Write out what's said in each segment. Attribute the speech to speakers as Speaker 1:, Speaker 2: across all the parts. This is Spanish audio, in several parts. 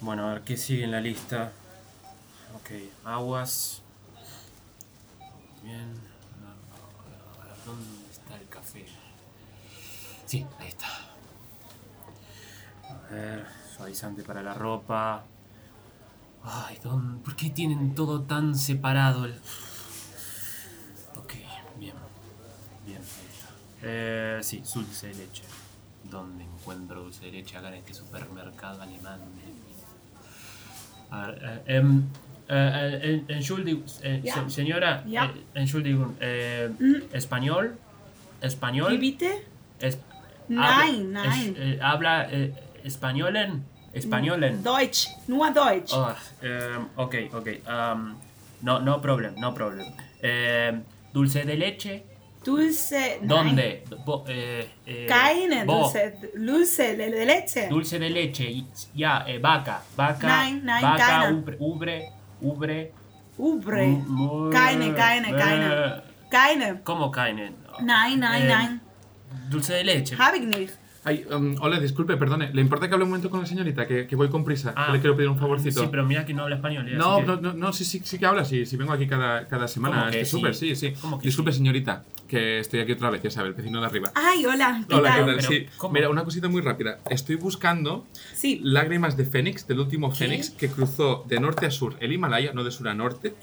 Speaker 1: Bueno, a ver, ¿qué sigue en la lista? Ok, aguas.
Speaker 2: Bien. A ver, ¿Dónde está el café? Sí, ahí está.
Speaker 1: A ver, suavizante para la ropa.
Speaker 2: Ay, don, ¿por qué tienen todo tan separado? El... Ok, bien. Bien, ahí está.
Speaker 1: Eh, sí, dulce de leche.
Speaker 2: ¿Dónde encuentro dulce de leche acá en este supermercado alemán?
Speaker 1: A ver, eh, em, eh, eh, entschuldigung, eh,
Speaker 3: Ya.
Speaker 1: se- señora,
Speaker 3: Ya.
Speaker 1: eh, entschuldigung, eh,
Speaker 3: Mm.
Speaker 1: español, español,
Speaker 3: ¿Vivite?
Speaker 1: es-
Speaker 3: Nein,
Speaker 1: habla, es-
Speaker 3: nein.
Speaker 1: eh, habla eh, españolen, españolen.
Speaker 3: Deutsch, nur Deutsch.
Speaker 1: Ah, em, ok, ok. am, no, no problem, no problem. Em, dulce de leche,
Speaker 3: Dulce. nein.
Speaker 1: ¿dónde? Bo- eh, eh,
Speaker 3: Keine
Speaker 1: bo-
Speaker 3: dulce, dulce de, de leche.
Speaker 1: Dulce de leche, y- ya, eh, vaca, vaca,
Speaker 3: Nein, nein,
Speaker 1: vaca,
Speaker 3: keine.
Speaker 1: ubre, ubre, ubre.
Speaker 3: Ubre.
Speaker 1: mu-
Speaker 3: Keine, keine,
Speaker 1: eh,
Speaker 3: keine. Keine.
Speaker 1: ¿Cómo keine?
Speaker 3: Nein, nein,
Speaker 1: Eh,
Speaker 3: nein.
Speaker 1: Dulce de leche.
Speaker 3: Habe ich nicht.
Speaker 4: Ay, um, hola, disculpe, perdone. ¿Le importa que hable un momento con la señorita? Que, que voy con prisa. que
Speaker 1: Ah,
Speaker 4: le quiero pedir un favorcito.
Speaker 1: Sí, pero mira que no habla español. eh,
Speaker 4: No,
Speaker 1: así que-
Speaker 4: no, no, no, sí, sí, sí que habla, sí, sí vengo aquí cada, cada semana.
Speaker 1: ¿Cómo
Speaker 4: Es
Speaker 1: que
Speaker 4: que
Speaker 1: sí?
Speaker 4: súper, sí, sí.
Speaker 1: ¿Cómo que
Speaker 4: Disculpe, señorita, que estoy aquí otra vez, ya sabe, el vecino de arriba.
Speaker 3: Ay, hola. ¿Qué
Speaker 4: Hola, ¿qué
Speaker 3: tal?
Speaker 4: tal?
Speaker 1: Ah, Pero,
Speaker 4: Sí.
Speaker 1: ¿cómo?
Speaker 4: Mira, una cosita muy rápida. Estoy buscando
Speaker 3: Sí.
Speaker 4: Lágrimas de Fénix, del último Fénix, que cruzó de norte a sur el Himalaya, no de sur a norte,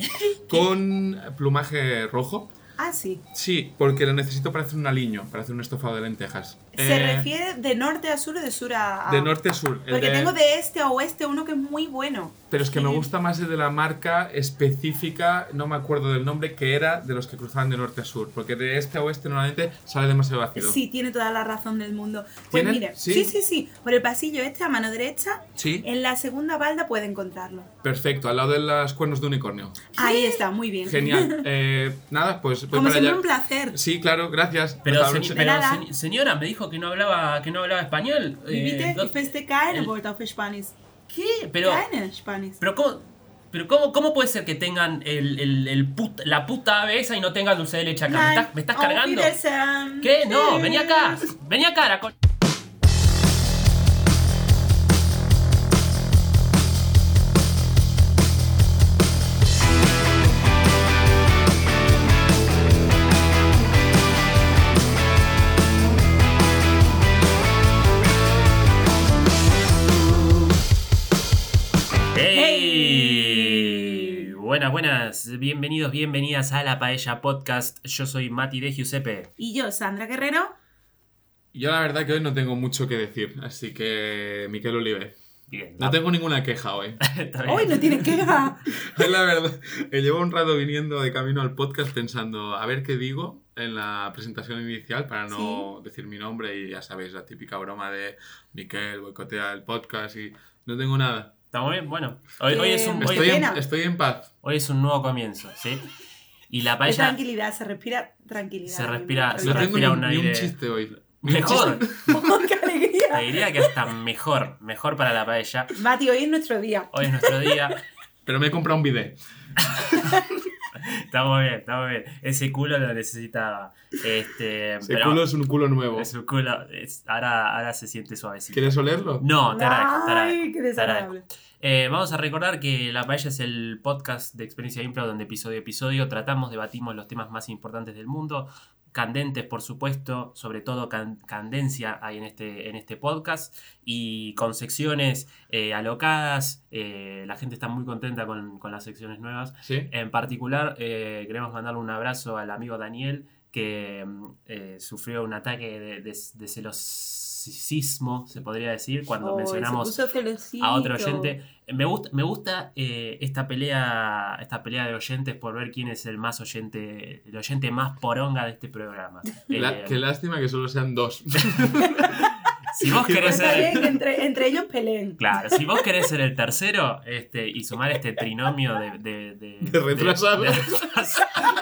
Speaker 4: con plumaje rojo.
Speaker 3: Ah, sí.
Speaker 4: Sí, porque lo necesito para hacer un aliño, para hacer un estofado de lentejas.
Speaker 3: ¿Se
Speaker 4: Eh,
Speaker 3: refiere de norte a sur o de sur a.? a-
Speaker 4: De norte a sur. el
Speaker 3: Porque
Speaker 4: de-
Speaker 3: tengo de este a oeste uno que es muy bueno.
Speaker 4: Pero es que me gusta más el de la marca específica, no me acuerdo del nombre, que era de los que cruzaban de norte a sur, porque de este a oeste normalmente sale demasiado ácido.
Speaker 3: Sí, tiene toda la razón del mundo. Pues
Speaker 4: ¿Tienen?
Speaker 3: mire,
Speaker 4: ¿Sí?
Speaker 3: sí, sí, sí. Por el pasillo este a mano derecha,
Speaker 4: Sí.
Speaker 3: en la segunda balda puede encontrarlo.
Speaker 4: Perfecto, al lado de los cuernos de unicornio.
Speaker 3: Ahí está, muy bien.
Speaker 4: Genial. Eh, nada, pues voy
Speaker 3: Como
Speaker 4: para
Speaker 3: siempre,
Speaker 4: allá.
Speaker 3: un placer.
Speaker 4: Sí, claro, gracias.
Speaker 1: Pero,
Speaker 4: Hasta
Speaker 1: se-
Speaker 4: ahora.
Speaker 3: De
Speaker 1: pero
Speaker 3: nada.
Speaker 1: se- señora, me dijo que no hablaba, que no hablaba español. eh,
Speaker 3: Vivite
Speaker 1: do-
Speaker 3: y feste keine
Speaker 1: el-
Speaker 3: Wort auf Spanisch.
Speaker 1: ¿Qué? Pero,
Speaker 3: Keine Spanisch.
Speaker 1: pero cómo, pero cómo, cómo puede ser que tengan el, el, el put- la puta ave esa y no tengan dulce de leche acá. ¿Me
Speaker 3: Nein.
Speaker 1: estás, me estás
Speaker 3: Auf
Speaker 1: cargando?
Speaker 3: Wiedersehen.
Speaker 1: ¿Qué? No,
Speaker 3: Tschüss.
Speaker 1: vení acá. Vení acá, la col- ¡Hey! Buenas, buenas. Bienvenidos, bienvenidas a la Paella Podcast. Yo soy Mati de Giuseppe.
Speaker 3: Y yo, Sandra Guerrero.
Speaker 4: Yo la verdad que hoy no tengo mucho que decir, así que Miquel Olive.
Speaker 1: Bien,
Speaker 4: No tengo ninguna queja hoy.
Speaker 1: está bien.
Speaker 3: Uy, no tiene queja.
Speaker 4: la verdad, eh, llevo un rato viniendo de camino al podcast pensando a ver qué digo en la presentación inicial para no decir mi nombre y ya sabéis la típica broma de Miquel boicotea el podcast y no tengo nada.
Speaker 1: Está muy bien, bueno. Hoy, hoy es un,
Speaker 3: Muy
Speaker 4: Eh, Estoy
Speaker 1: hoy,
Speaker 4: en,
Speaker 3: bien.
Speaker 4: estoy en paz.
Speaker 1: hoy es un nuevo comienzo, ¿sí? Y la
Speaker 3: Hay
Speaker 1: paella
Speaker 3: tranquilidad, se respira tranquilidad.
Speaker 1: Se respira- se
Speaker 4: No tengo ni,
Speaker 1: respira un
Speaker 4: ni un
Speaker 1: aire.
Speaker 4: chiste hoy. Ni un
Speaker 1: mejor.
Speaker 3: ¡Qué alegría!
Speaker 1: Te diría que hasta mejor, mejor para la paella.
Speaker 3: Mati, hoy es nuestro día.
Speaker 1: Hoy es nuestro día.
Speaker 4: chiste, Pero me he comprado un bidet.
Speaker 1: Está muy bien, está muy bien. Ese culo lo necesitaba. Este,
Speaker 4: Ese
Speaker 1: pero
Speaker 4: culo es un culo nuevo.
Speaker 1: ese culo es- ahora, ahora se siente suavecito.
Speaker 4: ¿Quieres olerlo?
Speaker 1: No, te agradezco, te agradezco.
Speaker 3: Ay, qué desagradable.
Speaker 1: Eh, vamos a recordar que La Paella es el podcast de Experiencia Impro donde episodio a episodio tratamos, debatimos los temas más importantes del mundo, candentes por supuesto, sobre todo can- candencia hay en este, en este podcast y con secciones eh, alocadas, eh, la gente está muy contenta con, con las secciones nuevas.
Speaker 4: ¿Sí?
Speaker 1: En particular eh, queremos mandarle un abrazo al amigo Daniel que mm, eh, sufrió un ataque de, de, de celosismo, se podría decir, cuando
Speaker 3: Ay,
Speaker 1: mencionamos
Speaker 3: se puso celosito.
Speaker 1: a otro oyente. Me gusta, me gusta eh, esta pelea, esta pelea de oyentes por ver quién es el más oyente, el oyente más poronga de este programa.
Speaker 4: La-
Speaker 1: Eh,
Speaker 4: qué lástima que solo sean dos.
Speaker 1: si vos
Speaker 3: Pero
Speaker 1: querés
Speaker 3: está
Speaker 1: ser.
Speaker 3: bien que entre, entre ellos peleen.
Speaker 1: Claro, si vos querés ser el tercero este, y sumar este trinomio de. De, de,
Speaker 4: De retrasados.
Speaker 1: de- de retrasados, de-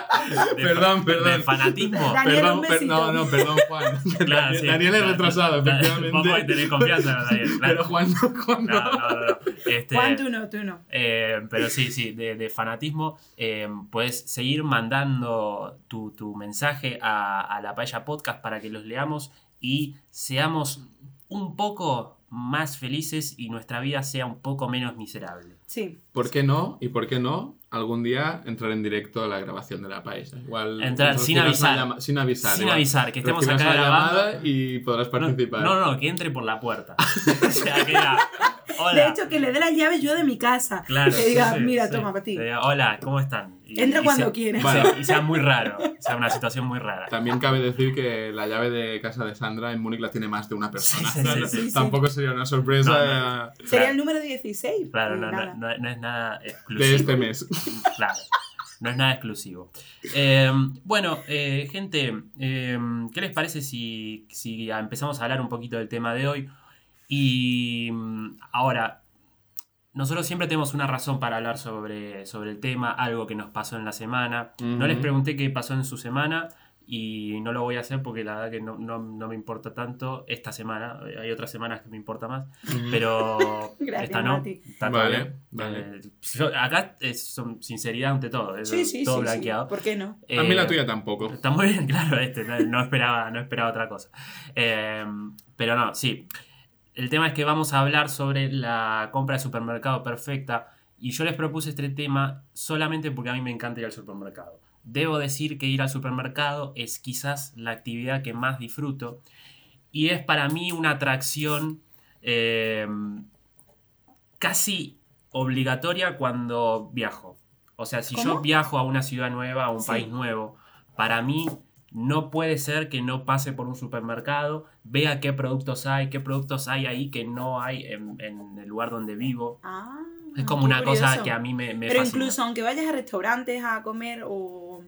Speaker 4: Perdón,
Speaker 1: De
Speaker 4: perdón.
Speaker 1: fanatismo.
Speaker 3: Daniel,
Speaker 4: perdón,
Speaker 3: un
Speaker 4: per-
Speaker 3: besito.
Speaker 4: no, no, perdón, Juan.
Speaker 1: Claro,
Speaker 4: Daniel,
Speaker 1: sí.
Speaker 4: Daniel es retrasado, efectivamente.
Speaker 1: Vos podés tener confianza en Daniel. claro.
Speaker 4: Pero Juan no, Juan no.
Speaker 1: No, no, no, no. Este,
Speaker 3: Juan, tú no, tú no.
Speaker 1: Eh, pero sí, sí, de, de fanatismo. eh, puedes seguir mandando tu, tu mensaje a, a la Paella Podcast para que los leamos y seamos un poco más felices y nuestra vida sea un poco menos miserable.
Speaker 3: Sí.
Speaker 4: ¿Por qué no? ¿Y por qué no? Algún día entrar en directo a la grabación de la paisa. Igual
Speaker 1: Entrar
Speaker 4: nos
Speaker 1: sin
Speaker 4: recibirás una
Speaker 1: avisar.
Speaker 4: llama- sin avisar.
Speaker 1: Sin
Speaker 4: igual.
Speaker 1: avisar, que estemos
Speaker 4: Recibirás
Speaker 1: acá
Speaker 4: una
Speaker 1: grabando.
Speaker 4: llamada y podrás participar.
Speaker 1: No, no, no, que entre por la puerta. o sea, que era,
Speaker 3: De
Speaker 1: hola.
Speaker 3: hecho, que le dé las llaves yo de mi casa.
Speaker 1: claro.
Speaker 3: Que diga,
Speaker 1: sí,
Speaker 3: mira,
Speaker 1: sí.
Speaker 3: toma, para ti.
Speaker 1: Que diga, hola, ¿cómo están? Y-
Speaker 3: Entra
Speaker 1: y
Speaker 3: cuando
Speaker 1: sea-
Speaker 3: quieras.
Speaker 1: y sea-
Speaker 4: Vale.
Speaker 1: Y sea muy raro, sea una situación muy rara.
Speaker 4: También cabe decir que la llave de casa de Sandra en Múnich la tiene más de una persona.
Speaker 1: Sí, sí, sí,
Speaker 4: No,
Speaker 1: sí,
Speaker 3: sí.
Speaker 4: Tampoco sería una sorpresa
Speaker 1: No,
Speaker 3: Sería
Speaker 1: Claro.
Speaker 3: el número 16.
Speaker 1: Claro,
Speaker 3: Pues
Speaker 1: no, no,
Speaker 3: nada.
Speaker 1: no- no es nada
Speaker 4: de
Speaker 1: exclusivo.
Speaker 4: este mes.
Speaker 1: Claro, no es nada exclusivo. Eh, bueno, eh, gente, eh, ¿qué les parece si, si empezamos a hablar un poquito del tema de hoy? Y mm, ahora, nosotros siempre tenemos una razón para hablar sobre, sobre el tema, algo que nos pasó en la semana. No les
Speaker 4: Ujú.
Speaker 1: pregunté qué pasó en su semana. Y no lo voy a hacer porque la verdad que no, no- no me importa tanto esta semana. Hay otras semanas que me importa más. Pero
Speaker 3: Mm. Gracias,
Speaker 1: esta no.
Speaker 3: Mati.
Speaker 1: está todo
Speaker 4: Vale,
Speaker 1: bien.
Speaker 4: vale.
Speaker 1: Eh, yo- acá es son sinceridad ante todo. es
Speaker 3: Sí, sí,
Speaker 1: todo
Speaker 3: sí, sí.
Speaker 1: blanqueado.
Speaker 3: ¿Por qué no?
Speaker 4: A mí
Speaker 1: Eh,
Speaker 4: la tuya tampoco.
Speaker 1: Está muy bien, claro, este, no, no esperaba, no esperaba otra cosa. Eh, pero no, sí. El tema es que vamos a hablar sobre la compra de supermercado perfecta. Y yo les propuse este tema solamente porque a mí me encanta ir al supermercado. Debo decir que ir al supermercado es quizás la actividad que más disfruto. Y es para mí una atracción eh, casi obligatoria cuando viajo. O sea, si yo
Speaker 3: ¿Cómo?
Speaker 1: viajo a una ciudad nueva, a un
Speaker 3: Sí.
Speaker 1: país nuevo, para mí no puede ser que no pase por un supermercado, vea qué productos hay, qué productos hay ahí que no hay en, en el lugar donde vivo.
Speaker 3: Ah,
Speaker 1: Es como
Speaker 3: qué
Speaker 1: una cosa
Speaker 3: curioso.
Speaker 1: que a mí me, me
Speaker 3: Pero
Speaker 1: fascina.
Speaker 3: incluso aunque vayas a restaurantes a comer o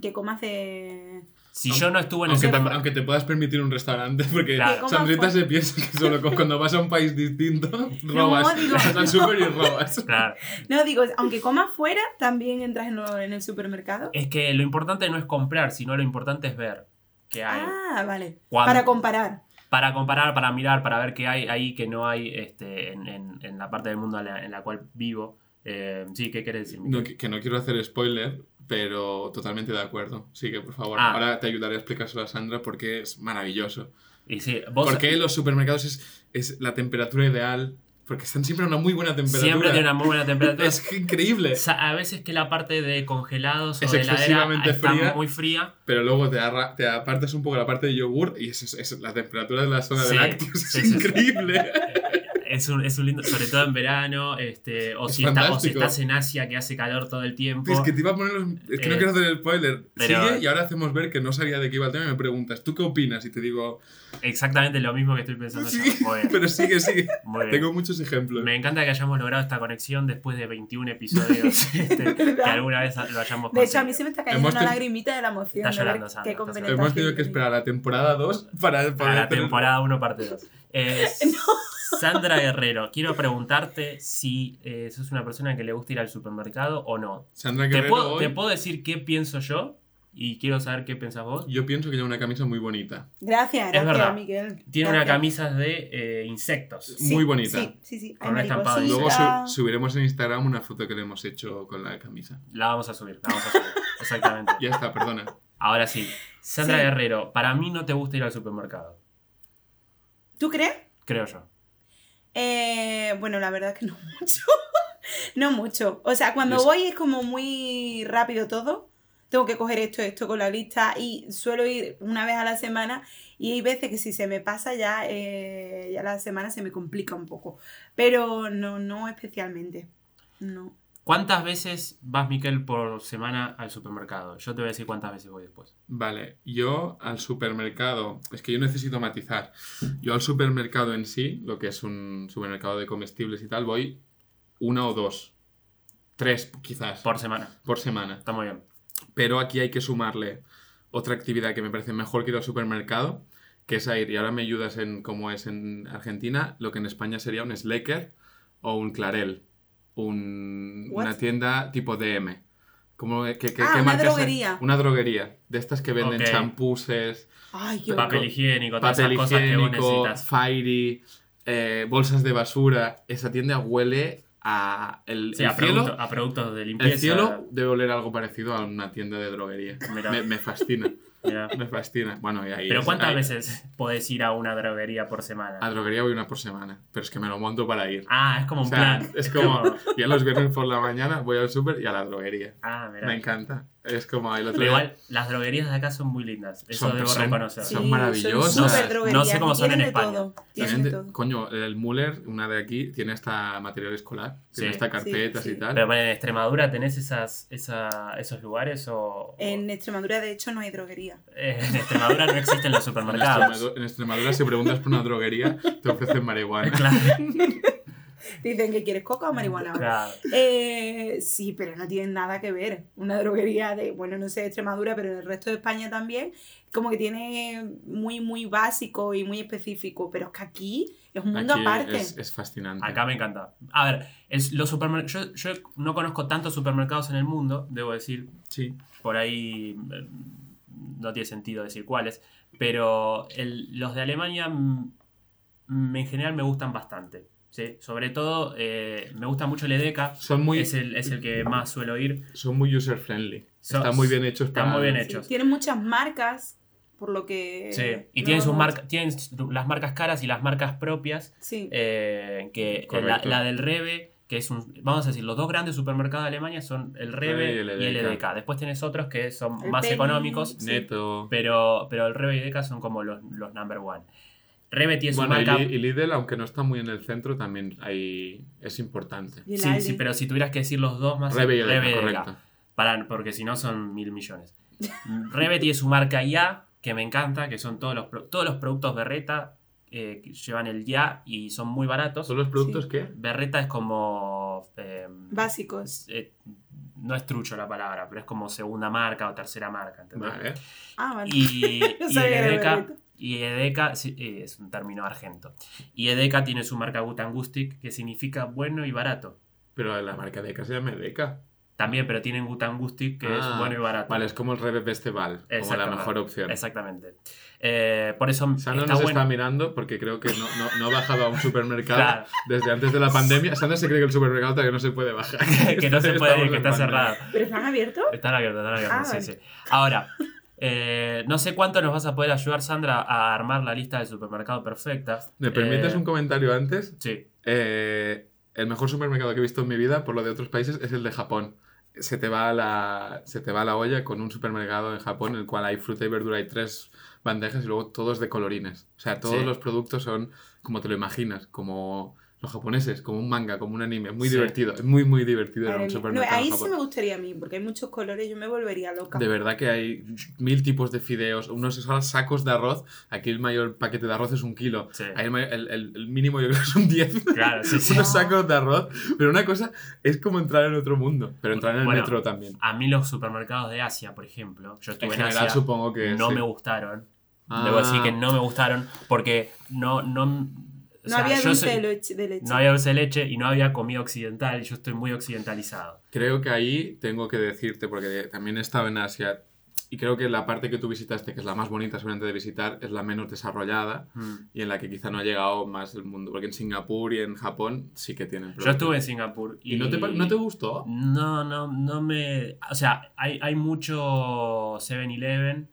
Speaker 3: que comas de...
Speaker 1: si yo no estuve en el
Speaker 4: aunque, te,
Speaker 1: supermercado...
Speaker 4: aunque te puedas permitir un restaurante, porque
Speaker 1: Claro.
Speaker 3: Que
Speaker 4: Sandrita
Speaker 3: coma fuera.
Speaker 4: se piensa que solo co- cuando vas a un país distinto robas.
Speaker 3: digo-
Speaker 4: vas al súper y robas.
Speaker 1: Claro.
Speaker 3: No, digo, aunque comas fuera, también entras en, lo- en el supermercado.
Speaker 1: Es que lo importante no es comprar, sino lo importante es ver qué hay.
Speaker 3: Ah, vale.
Speaker 1: Cuando-
Speaker 3: Para comparar.
Speaker 1: para comparar, para mirar, para ver qué hay ahí que no hay este, en, en- en la parte del mundo en la, en la cual vivo. Eh, sí, ¿qué querés decir?
Speaker 4: No, que, que no quiero hacer spoiler, pero totalmente de acuerdo. Sí, que por favor,
Speaker 1: Ah.
Speaker 4: ahora te ayudaré a explicárselo a Sandra porque es maravilloso.
Speaker 1: Y sí, vos
Speaker 4: Porque los supermercados es, es la temperatura ideal, porque están siempre a una muy buena temperatura.
Speaker 1: siempre tiene una muy buena temperatura.
Speaker 4: Es increíble.
Speaker 1: Sa- A veces que la parte de congelados
Speaker 4: Es
Speaker 1: o de heladera
Speaker 4: excesivamente
Speaker 1: está
Speaker 4: fría.
Speaker 1: muy fría.
Speaker 4: Pero luego te, arra- te apartas un poco la parte de yogur y es, es- es la temperatura de la zona
Speaker 1: Sí,
Speaker 4: de lácteos.
Speaker 1: sí,
Speaker 4: es
Speaker 1: sí, sí.
Speaker 4: increíble.
Speaker 1: eh, Es un, es un lindo, sobre todo en verano, este, o,
Speaker 4: Es
Speaker 1: si está- o si
Speaker 4: fantástico.
Speaker 1: estás en Asia que hace calor todo el tiempo.
Speaker 4: Es que te iba a poner los... Es que no
Speaker 1: Eh,
Speaker 4: quiero hacer el spoiler.
Speaker 1: pero-
Speaker 4: Sigue y ahora hacemos ver que no sabía de qué iba el tema y me preguntas, ¿tú qué opinas? Y te digo,
Speaker 1: Exactamente lo mismo que estoy pensando yo.
Speaker 4: Sí,
Speaker 1: Muy bien,
Speaker 4: pero sigue, sigue.
Speaker 1: muy bien.
Speaker 4: Tengo muchos ejemplos.
Speaker 1: Me encanta que hayamos logrado esta conexión después de 21 episodios. este, que
Speaker 3: ¿Verdad?
Speaker 1: alguna vez lo hayamos
Speaker 3: De hecho, a mí
Speaker 1: conseguido.
Speaker 3: se me está cayendo
Speaker 4: Hemos
Speaker 3: una
Speaker 4: ten-
Speaker 3: lagrimita de la emoción.
Speaker 1: Está
Speaker 3: de ver
Speaker 1: llorando, Sandra,
Speaker 3: qué
Speaker 1: está
Speaker 3: conveniente
Speaker 4: Hemos
Speaker 3: ha sido
Speaker 4: tenido que esperar a la temporada 2 para
Speaker 1: Para
Speaker 4: poder
Speaker 1: la
Speaker 4: tener-
Speaker 1: temporada 1, parte 2. Sandra Guerrero, quiero preguntarte si eh, sos una persona que le gusta ir al supermercado o no.
Speaker 4: Sandra
Speaker 1: ¿Te
Speaker 4: Guerrero
Speaker 1: puedo,
Speaker 4: hoy,
Speaker 1: te puedo decir qué pienso yo y quiero saber qué pensás vos.
Speaker 4: yo pienso que lleva una camisa muy bonita.
Speaker 3: Gracias,
Speaker 1: Es
Speaker 3: gracias,
Speaker 1: verdad.
Speaker 3: Miguel.
Speaker 1: Tiene una
Speaker 3: Gracias.
Speaker 1: camisa de eh, insectos.
Speaker 3: Sí,
Speaker 4: muy bonita.
Speaker 3: Sí, sí, sí.
Speaker 1: Con un estampado Sí,
Speaker 4: Luego su-
Speaker 3: mariposita.
Speaker 4: subiremos en Instagram una foto que le hemos hecho con la camisa.
Speaker 1: La vamos a subir, la vamos a subir. Exactamente.
Speaker 4: Ya está, perdona.
Speaker 1: Ahora sí. Sandra
Speaker 3: Sí.
Speaker 1: Guerrero, para mí no te gusta ir al supermercado.
Speaker 3: ¿Tú crees?
Speaker 1: Creo yo.
Speaker 3: Eh, bueno, la verdad es que no mucho. no mucho. O sea, cuando
Speaker 4: Listo.
Speaker 3: voy es como muy rápido todo. Tengo que coger esto, esto con la lista y suelo ir una vez a la semana y hay veces que si se me pasa ya, eh, ya la semana se me complica un poco. Pero no, no especialmente. No.
Speaker 1: ¿Cuántas veces vas, Miquel, por semana al supermercado? Yo te voy a decir cuántas veces voy después.
Speaker 4: Vale, yo al supermercado, es que yo necesito matizar. Yo al supermercado en sí, lo que es un supermercado de comestibles y tal, voy una o dos, tres quizás
Speaker 1: Por semana.
Speaker 4: por semana.
Speaker 1: Está muy bien.
Speaker 4: Pero aquí hay que sumarle otra actividad que me parece mejor que ir al supermercado, que es a ir, y ahora me ayudas en cómo es en Argentina, lo que en España sería un Slacker o un Clarel, un-
Speaker 3: What?
Speaker 4: una tienda tipo DM. ¿Cómo, qué, qué-
Speaker 3: Ah,
Speaker 4: qué
Speaker 3: una
Speaker 4: marcas hay?
Speaker 3: droguería.
Speaker 4: Una droguería, de estas que venden
Speaker 1: Ok.
Speaker 4: champuses,
Speaker 3: Ay, qué
Speaker 1: Papel
Speaker 3: horror.
Speaker 1: higiénico, todas
Speaker 4: papel
Speaker 1: esas cosas que vos
Speaker 4: higiénico,
Speaker 1: necesitas.
Speaker 4: Fairy, eh, bolsas de basura. Esa tienda huele a... El,
Speaker 1: Sí,
Speaker 4: el
Speaker 1: a,
Speaker 4: cielo
Speaker 1: producto- a productos de
Speaker 4: el
Speaker 1: limpieza.
Speaker 4: cielo debe oler algo parecido a una tienda de droguería.
Speaker 1: Mira.
Speaker 4: Me, me fascina.
Speaker 1: Mirá.
Speaker 4: Me fascina. Bueno, y ahí
Speaker 1: Pero
Speaker 4: es-
Speaker 1: ¿cuántas
Speaker 4: ahí-
Speaker 1: veces podés ir a una droguería por semana?
Speaker 4: A droguería voy una por semana, pero es que me lo monto para ir.
Speaker 1: Ah, es como
Speaker 4: O
Speaker 1: un
Speaker 4: sea,
Speaker 1: plan.
Speaker 4: es como, ya los viernes por la mañana voy al súper y a la droguería.
Speaker 1: Ah, mirá.
Speaker 4: Me encanta. Es como el otro
Speaker 1: Pero
Speaker 4: día-
Speaker 1: igual, las droguerías de acá son muy lindas. Eso
Speaker 4: Son-
Speaker 1: debo
Speaker 4: son-
Speaker 1: reconocer.
Speaker 4: son maravillosas.
Speaker 3: Son
Speaker 4: No
Speaker 3: súper
Speaker 4: sé-
Speaker 1: no sé cómo son en
Speaker 3: tienen de
Speaker 1: España.
Speaker 3: todo,
Speaker 4: También
Speaker 3: tienen de
Speaker 4: te-
Speaker 3: todo.
Speaker 4: coño, el Muller, una de aquí, tiene esta material escolar, tiene
Speaker 1: Sí.
Speaker 4: esta carpetas
Speaker 3: Sí, sí.
Speaker 4: y tal.
Speaker 1: Pero bueno, en Extremadura tenés esas, esa- esos lugares o...
Speaker 3: En Extremadura, de hecho, no hay droguería.
Speaker 1: Eh, en Extremadura no existen los
Speaker 4: en,
Speaker 1: supermercados.
Speaker 4: Extremadura, en Extremadura, si preguntas por una droguería, te ofrecen marihuana.
Speaker 1: Claro,
Speaker 3: Dicen que quieres coca o marihuana.
Speaker 1: claro.
Speaker 3: Eh, sí, pero no tienen nada que ver. Una droguería de, bueno, no sé, de Extremadura, pero en el resto de España también, como que tiene muy, muy básico y muy específico. Pero es que aquí es un mundo
Speaker 4: Aquí
Speaker 3: aparte.
Speaker 4: es, es fascinante.
Speaker 1: Acá me encanta. A ver, el- los supermercados... Yo, yo no conozco tantos supermercados en el mundo, debo decir.
Speaker 4: Sí.
Speaker 1: Por ahí eh, no tiene sentido decir cuáles. Pero el- los de Alemania mm, mm, en general me gustan bastante. ¿sí? Sobre todo eh, me gusta mucho el EDECA.
Speaker 4: Son muy,
Speaker 1: Es, el, es el que más suelo ir.
Speaker 4: son muy user-friendly.
Speaker 1: Son-
Speaker 4: Están muy bien hechos
Speaker 1: están
Speaker 4: para-
Speaker 1: muy bien
Speaker 3: Sí,
Speaker 1: hechos.
Speaker 3: Tienen muchas marcas, por lo que.
Speaker 1: Sí, y
Speaker 3: Eh, no-
Speaker 1: tienen sus marcas, tienen las marcas caras y las marcas propias,
Speaker 3: Sí.
Speaker 1: eh, que la,
Speaker 4: Correcto.
Speaker 1: la del Rebe, que es un, vamos a decir, los dos grandes supermercados de Alemania son el Rebe y el EDK. Después tenés otros que son
Speaker 3: El
Speaker 1: más
Speaker 3: Penny,
Speaker 1: económicos,
Speaker 3: Sí.
Speaker 4: Neto.
Speaker 1: pero, pero el Rebe y EDK son como los, los number one. Rebe tiene su
Speaker 4: Bueno, y,
Speaker 1: marca...
Speaker 4: Li- y Lidl, aunque no está muy en el centro, también hay, es importante.
Speaker 3: Y el
Speaker 1: Sí,
Speaker 3: Aldi.
Speaker 1: sí, pero si tuvieras que decir los dos más...
Speaker 4: Rebe y
Speaker 1: Rebe y
Speaker 4: Lidl,
Speaker 1: EDK.
Speaker 4: correcto.
Speaker 1: Para- porque si no son mil millones. Rebe tiene su marca Ya, que me encanta, que son todos los, pro- todos los productos Berreta, eh, que llevan el Ya y son muy baratos.
Speaker 4: ¿Son los productos
Speaker 3: Sí.
Speaker 4: que?
Speaker 1: Berreta es como... eh,
Speaker 3: Básicos.
Speaker 1: es- eh, no es trucho la palabra, pero es como segunda marca o tercera marca. ¿entendés?
Speaker 4: Vale.
Speaker 3: Ah, vale.
Speaker 1: Y,
Speaker 3: No
Speaker 1: y
Speaker 3: sabía que era
Speaker 1: Edeka,
Speaker 3: Berreta.
Speaker 1: y Edeka- sí, eh, es un término argento. Y Edeka tiene su marca Gutangustic, que significa bueno y barato.
Speaker 4: Pero la marca de se llama Deca.
Speaker 1: También, pero tienen Gutangustic, que
Speaker 4: Ah,
Speaker 1: es bueno y barato.
Speaker 4: Vale, es como el Rebe Festival, como la
Speaker 1: Exactamente.
Speaker 4: mejor opción.
Speaker 1: Exactamente. Eh, por eso
Speaker 4: Sandra
Speaker 1: está
Speaker 4: nos
Speaker 1: bueno.
Speaker 4: está mirando porque creo que no, no, no ha bajado a un supermercado
Speaker 1: Claro.
Speaker 4: desde antes de la pandemia. Sandra se cree que el supermercado todavía no se puede bajar.
Speaker 1: que no se puede,
Speaker 4: Estamos
Speaker 1: ir, que
Speaker 4: en
Speaker 1: está
Speaker 4: pandemia.
Speaker 1: cerrado.
Speaker 3: ¿Pero están abiertos?
Speaker 1: Están abiertos, están abiertos.
Speaker 3: Ah,
Speaker 1: sí,
Speaker 3: vale.
Speaker 1: sí. Ahora, eh, no sé cuánto nos vas a poder ayudar, Sandra, a armar la lista del supermercado perfecta.
Speaker 4: ¿Me permites
Speaker 1: Eh,
Speaker 4: un comentario antes?
Speaker 1: Sí.
Speaker 4: Eh, el mejor supermercado que he visto en mi vida, por lo de otros países, es el de Japón. Se te va la, se te va la olla con un supermercado en Japón en el cual hay fruta y verdura, hay tres bandejas y luego todos de colorines. O sea, todos
Speaker 1: Sí.
Speaker 4: los productos son como te lo imaginas, como los japoneses, como un manga, como un anime. Es muy
Speaker 1: Sí.
Speaker 4: divertido, es muy, muy divertido en
Speaker 3: Madre
Speaker 4: un
Speaker 3: mía.
Speaker 4: supermercado.
Speaker 3: No, ahí
Speaker 4: en
Speaker 3: sí
Speaker 4: Japón.
Speaker 3: me gustaría a mí, porque hay muchos colores, yo me volvería loca.
Speaker 4: De verdad que hay mil tipos de fideos, unos son sacos de arroz. Aquí el mayor paquete de arroz es un kilo.
Speaker 1: Sí.
Speaker 4: Ahí el, may- el- el- el mínimo yo creo que es un 10.
Speaker 1: Claro, sí, sí.
Speaker 4: unos sacos de arroz. Pero una cosa es como entrar en otro mundo, pero entrar en el
Speaker 1: Bueno,
Speaker 4: metro también.
Speaker 1: A mí los supermercados de Asia, por ejemplo, yo
Speaker 4: En
Speaker 1: estuve en,
Speaker 4: general
Speaker 1: Asia,
Speaker 4: supongo que
Speaker 1: no
Speaker 4: sí.
Speaker 1: me gustaron.
Speaker 4: Ah.
Speaker 1: Debo decir que no me gustaron porque no... No, o
Speaker 3: No
Speaker 1: sea,
Speaker 3: había
Speaker 1: yo
Speaker 3: dulce
Speaker 1: soy-
Speaker 3: de leche. de leche.
Speaker 1: No había dulce de leche y no había comida occidental y yo estoy muy occidentalizado.
Speaker 4: Creo que ahí tengo que decirte, porque también he estado en Asia, y creo que la parte que tú visitaste, que es la más bonita seguramente de visitar, es la menos desarrollada
Speaker 1: Mm.
Speaker 4: y en la que quizá no ha llegado más el mundo. Porque en Singapur y en Japón sí que tienen
Speaker 1: Yo
Speaker 4: productos.
Speaker 1: estuve en Singapur. ¿Y,
Speaker 4: ¿Y no te, pa- no te gustó?
Speaker 1: No, no, no me. O sea, hay, hay mucho 7-Eleven,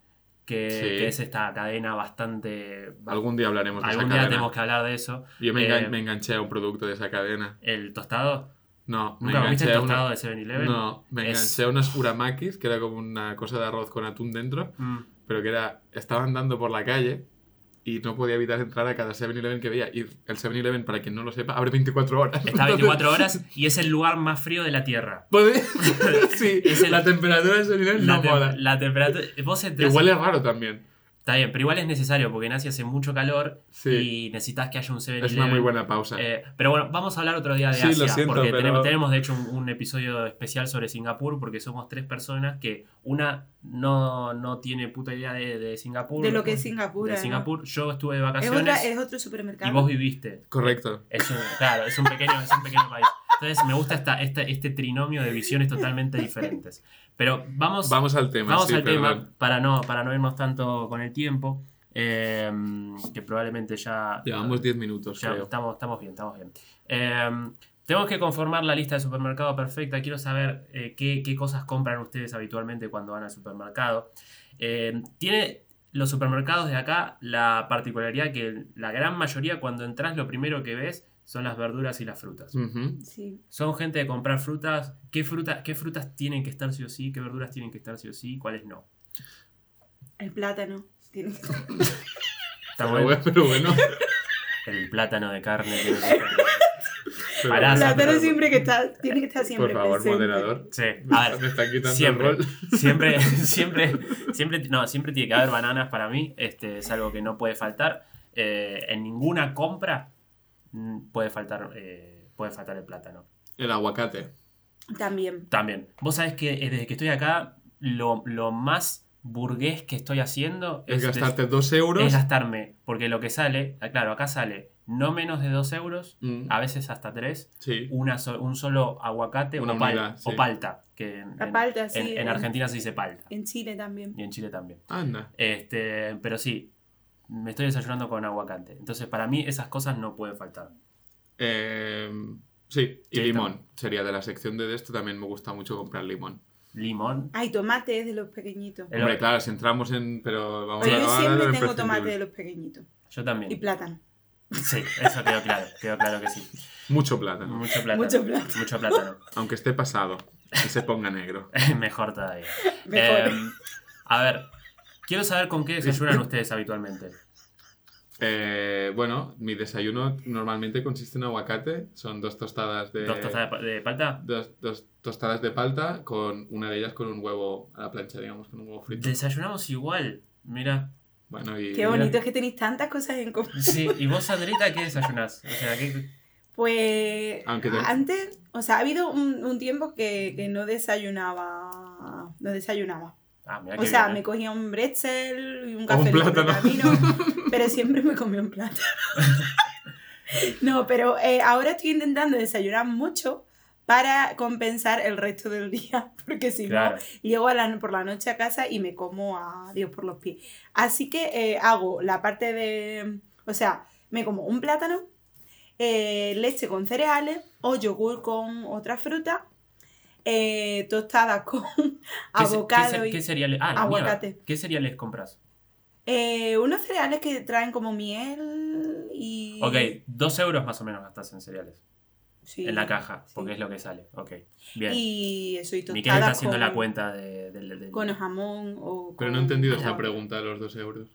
Speaker 1: que,
Speaker 4: Sí.
Speaker 1: que es esta cadena bastante.
Speaker 4: Algún día hablaremos de
Speaker 1: Algún
Speaker 4: esa
Speaker 1: día
Speaker 4: cadena.
Speaker 1: tenemos que hablar de eso.
Speaker 4: Yo me, engan-
Speaker 1: eh,
Speaker 4: me enganché a un producto de esa cadena.
Speaker 1: El tostado.
Speaker 4: No, me
Speaker 1: ¿Nunca comiste
Speaker 4: enganché
Speaker 1: el
Speaker 4: a una...
Speaker 1: tostado de 7-Eleven?
Speaker 4: No, me
Speaker 1: Es-
Speaker 4: enganché a unas uramakis, que era como una cosa de arroz con atún dentro,
Speaker 1: Mm,
Speaker 4: pero que era, estaba andando por la calle y no podía evitar entrar a cada 7-Eleven que veía. Y el 7-Eleven, para quien no lo sepa, abre 24 horas.
Speaker 1: Está 24 horas y es el lugar más frío de la Tierra.
Speaker 4: Entonces, podés- sí,
Speaker 1: Es el-
Speaker 4: la temperatura del 7-Eleven
Speaker 1: La,
Speaker 4: no
Speaker 1: tem-
Speaker 4: mola.
Speaker 1: la temperatura. Vos
Speaker 4: Y
Speaker 1: entras.
Speaker 4: huele raro también.
Speaker 1: Está bien, pero igual es necesario porque en Asia hace mucho calor
Speaker 4: Sí,
Speaker 1: y necesitas que haya un 7-Eleven.
Speaker 4: es una muy buena pausa.
Speaker 1: Eh, pero bueno, vamos a hablar otro día de
Speaker 4: Sí, lo
Speaker 1: Asia,
Speaker 4: siento,
Speaker 1: porque
Speaker 4: pero-
Speaker 1: tenemos, tenemos, de hecho un, un episodio especial sobre Singapur, porque somos tres personas que una no, no tiene puta idea de, de Singapur.
Speaker 3: De lo que es Singapur.
Speaker 1: De
Speaker 3: además.
Speaker 1: Singapur. Yo estuve de
Speaker 3: Es, otra-
Speaker 1: vacaciones
Speaker 3: es otro
Speaker 1: y
Speaker 3: supermercado.
Speaker 1: vos viviste.
Speaker 4: Correcto.
Speaker 1: Es un- claro, es un pequeño, es un pequeño país. Entonces me gusta esta, esta- este trinomio de visiones totalmente diferentes. Pero vamos,
Speaker 4: Vamos al tema.
Speaker 1: Vamos
Speaker 4: sí,
Speaker 1: al
Speaker 4: perdón.
Speaker 1: tema para no, para no irnos tanto con el tiempo, eh, que probablemente ya...
Speaker 4: Llevamos 10 minutos,
Speaker 1: Ya,
Speaker 4: creo.
Speaker 1: estamos, estamos bien, estamos bien. Eh, Tenemos que conformar la lista de supermercado perfecta. Quiero saber eh, qué, qué cosas compran ustedes habitualmente cuando van al supermercado. Eh, tiene los supermercados de acá la particularidad que la gran mayoría cuando entras lo primero que ves son las verduras y las frutas.
Speaker 4: Ujú.
Speaker 3: Sí.
Speaker 1: Son gente de comprar frutas. ¿Qué, fruta, ¿Qué frutas tienen que estar sí o sí? ¿Qué verduras tienen que estar sí o sí? ¿Cuáles no?
Speaker 3: El plátano. Tiene-
Speaker 1: Está
Speaker 4: Pero
Speaker 1: bueno.
Speaker 4: Ah, bueno, pero bueno.
Speaker 1: El plátano de carne. tiene que estar.
Speaker 4: Ah, Pero
Speaker 1: Pará,
Speaker 4: bueno.
Speaker 1: Plaza,
Speaker 3: plátano
Speaker 1: pero-
Speaker 3: siempre que está, tiene que estar
Speaker 4: Por
Speaker 3: siempre
Speaker 4: favor,
Speaker 3: presente.
Speaker 4: moderador.
Speaker 1: Sí,
Speaker 4: Me
Speaker 1: a
Speaker 4: está- me
Speaker 1: ver.
Speaker 4: están quitando el
Speaker 1: Siempre,
Speaker 4: rol.
Speaker 1: siempre, siempre, siempre, no, siempre tiene que haber bananas para mí. Este es algo que no puede faltar. Eh, en ninguna compra mm, puede faltar, eh, puede faltar el plátano.
Speaker 4: El aguacate.
Speaker 3: También.
Speaker 1: También. Vos sabés que eh, desde que estoy acá, lo, lo más burgués que estoy haciendo
Speaker 4: Es
Speaker 1: des-
Speaker 4: gastarte dos euros.
Speaker 1: es gastarme. Porque lo que sale, ah, claro, acá sale no menos de 2 euros,
Speaker 4: Mm,
Speaker 1: a veces hasta 3,
Speaker 4: Sí.
Speaker 1: una so- un solo aguacate
Speaker 4: Una
Speaker 1: o, pal-
Speaker 4: unidad, sí.
Speaker 1: o palta. Que en,
Speaker 3: La
Speaker 1: en-
Speaker 3: palta, sí,
Speaker 1: en- en
Speaker 3: en-
Speaker 1: Argentina se dice palta.
Speaker 3: En Chile también.
Speaker 1: Y en Chile también.
Speaker 4: Anda.
Speaker 1: Este, pero sí, me estoy desayunando con aguacate. Entonces, para mí esas cosas no pueden faltar.
Speaker 4: Eh, sí, y
Speaker 1: Sí,
Speaker 4: limón. Sería de la sección de esto, también me gusta mucho comprar limón.
Speaker 1: Limón.
Speaker 3: Ay, tomate es de los pequeñitos.
Speaker 1: El-
Speaker 4: Hombre, claro, si entramos en... Pero vamos
Speaker 3: Pero
Speaker 4: a
Speaker 3: yo
Speaker 4: acabar
Speaker 3: siempre
Speaker 4: ahora
Speaker 3: tengo
Speaker 4: imprescindible.
Speaker 3: tomate de los pequeñitos.
Speaker 1: Yo
Speaker 3: Y
Speaker 1: también.
Speaker 3: plátano.
Speaker 1: Sí, eso quedó claro. Quedó claro que sí.
Speaker 4: Mucho plátano,
Speaker 1: Mucho plátano.
Speaker 3: Mucho plátano.
Speaker 1: Mucho plátano.
Speaker 4: aunque esté pasado y se ponga negro.
Speaker 1: Mejor todavía.
Speaker 3: Mejor.
Speaker 1: Em, a ver, quiero saber con qué desayunan ustedes habitualmente.
Speaker 4: Eh, bueno, mi desayuno normalmente consiste en aguacate. Son dos tostadas de...
Speaker 1: ¿Dos tostadas de pa- de palta?
Speaker 4: dos- dos tostadas de palta con una de ellas con un huevo a la plancha, digamos, con un huevo frito.
Speaker 1: Desayunamos igual. Mira.
Speaker 4: Bueno, y...
Speaker 3: Qué bonito es que tenéis tantas cosas en común.
Speaker 1: Sí, ¿y vos, Sandrita, qué desayunás? O sea, ¿qué-
Speaker 3: Pues
Speaker 4: Aunque te-
Speaker 3: antes, o sea, ha habido un, un tiempo que, que no desayunaba. No desayunaba.
Speaker 1: Ah, mirá
Speaker 3: O
Speaker 1: qué
Speaker 3: sea,
Speaker 1: bien,
Speaker 3: me
Speaker 1: ¿eh?
Speaker 3: cogía un bretzel y un
Speaker 4: un
Speaker 3: café libre
Speaker 4: plátano.
Speaker 3: camino, pero siempre me comía un plátano. No, pero eh, ahora estoy intentando desayunar mucho para compensar el resto del día, porque si
Speaker 1: Claro.
Speaker 3: no, llego a la- por la noche a casa y me como a Dios por los pies. Así que eh, hago la parte de, o sea, me como un plátano, eh, leche con cereales o yogur con otra fruta, eh, tostada con
Speaker 1: ¿Qué se-
Speaker 3: avocado
Speaker 1: qué, se-
Speaker 3: y
Speaker 1: qué cereales? Ah, la
Speaker 3: aguacate.
Speaker 1: mierda. ¿Qué cereales compras?
Speaker 3: eh, unos cereales que traen como miel y...
Speaker 1: Ok, dos euros más o menos gastas en cereales.
Speaker 3: Sí.
Speaker 1: en la caja,
Speaker 3: sí.
Speaker 1: porque es lo que sale. Ok, bien.
Speaker 3: Y eso, y
Speaker 1: Miquel está
Speaker 3: tostada
Speaker 1: haciendo
Speaker 3: con,
Speaker 1: la cuenta de, del- del-
Speaker 3: con jamón o
Speaker 4: Pero no he
Speaker 3: con
Speaker 4: entendido esta
Speaker 3: jamón.
Speaker 4: pregunta de los dos euros.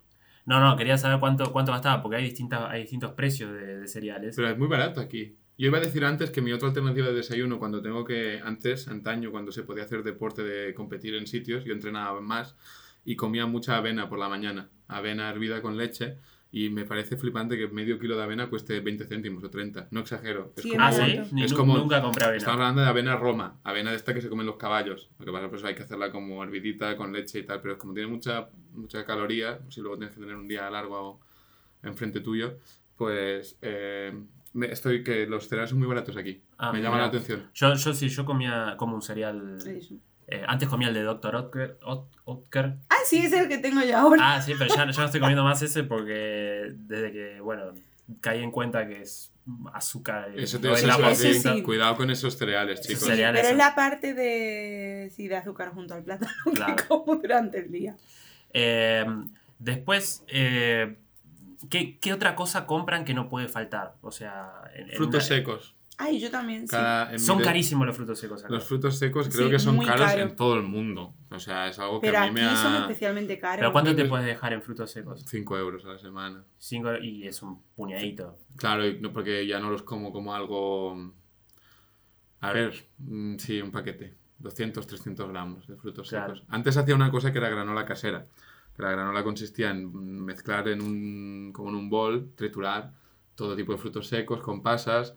Speaker 1: No, no, quería saber cuánto, cuánto gastaba, porque hay, distintas, hay distintos precios de, de cereales.
Speaker 4: Pero es muy barato aquí. Yo iba a decir antes que mi otra alternativa de desayuno, cuando tengo que, antes, antaño, cuando se podía hacer deporte de competir en sitios, yo entrenaba más y comía mucha avena por la mañana, avena hervida con leche, y me parece flipante que medio kilo de avena cueste 20 céntimos o 30, no exagero. Es
Speaker 3: Sí,
Speaker 4: como,
Speaker 1: ah,
Speaker 3: es
Speaker 1: sí,
Speaker 3: barato.
Speaker 1: Ni-
Speaker 4: Es
Speaker 1: nu-
Speaker 4: como-
Speaker 1: nunca compré avena.
Speaker 4: Estamos hablando de avena roma, avena de esta que se comen los caballos. Lo que pasa pues hay que hacerla como hervidita, con leche y tal, pero como tiene mucha, mucha caloría, si luego tienes que tener un día largo enfrente tuyo, pues eh, me- estoy que los cereales son muy baratos aquí.
Speaker 1: Ah,
Speaker 4: me llama la
Speaker 1: mira.
Speaker 4: atención.
Speaker 1: Yo, yo sí, yo comía como un cereal.
Speaker 3: Eso.
Speaker 1: eh, antes comía el de Dr. Otker. Ot- Otker.
Speaker 3: Ah, sí, es el que tengo yo ahora.
Speaker 1: Ah, sí, pero ya, ya no estoy comiendo más ese porque desde que, bueno, caí en cuenta que es azúcar. y
Speaker 4: Eso te
Speaker 1: no es la
Speaker 3: eso
Speaker 1: posibilidad.
Speaker 3: sí.
Speaker 4: Cuidado con esos cereales,
Speaker 1: Esos
Speaker 4: chicos.
Speaker 1: cereales.
Speaker 3: Pero
Speaker 1: Eh, eso.
Speaker 3: es la parte de, sí, de azúcar junto al plátano
Speaker 1: Claro.
Speaker 3: que como durante el día.
Speaker 1: Eh, después, eh, ¿qué, qué otra cosa compran que no puede faltar? O sea, en- en
Speaker 4: Frutos
Speaker 1: una-
Speaker 4: secos.
Speaker 3: Ay, yo también, sí.
Speaker 4: Cada- en
Speaker 1: Son
Speaker 4: mi de-
Speaker 1: carísimos los frutos secos acá.
Speaker 4: Los frutos secos creo
Speaker 3: Sí,
Speaker 4: que son
Speaker 3: muy
Speaker 4: caros
Speaker 3: caro.
Speaker 4: en todo el mundo. O sea, es algo que
Speaker 3: Pero
Speaker 4: a mí
Speaker 3: aquí
Speaker 4: me ha...
Speaker 3: son especialmente caros.
Speaker 1: ¿Pero cuánto te puedes dejar en frutos secos?
Speaker 4: 5 euros a la semana.
Speaker 1: Cinco y es un puñadito.
Speaker 4: Claro, y no, porque ya no los como como algo... A ver, mm, sí, un paquete. 200, 300 gramos de frutos
Speaker 1: Claro.
Speaker 4: secos. Antes hacía una cosa que era granola casera. Que la granola consistía en mm, mezclar en un, como en un bol, triturar todo tipo de frutos secos con pasas,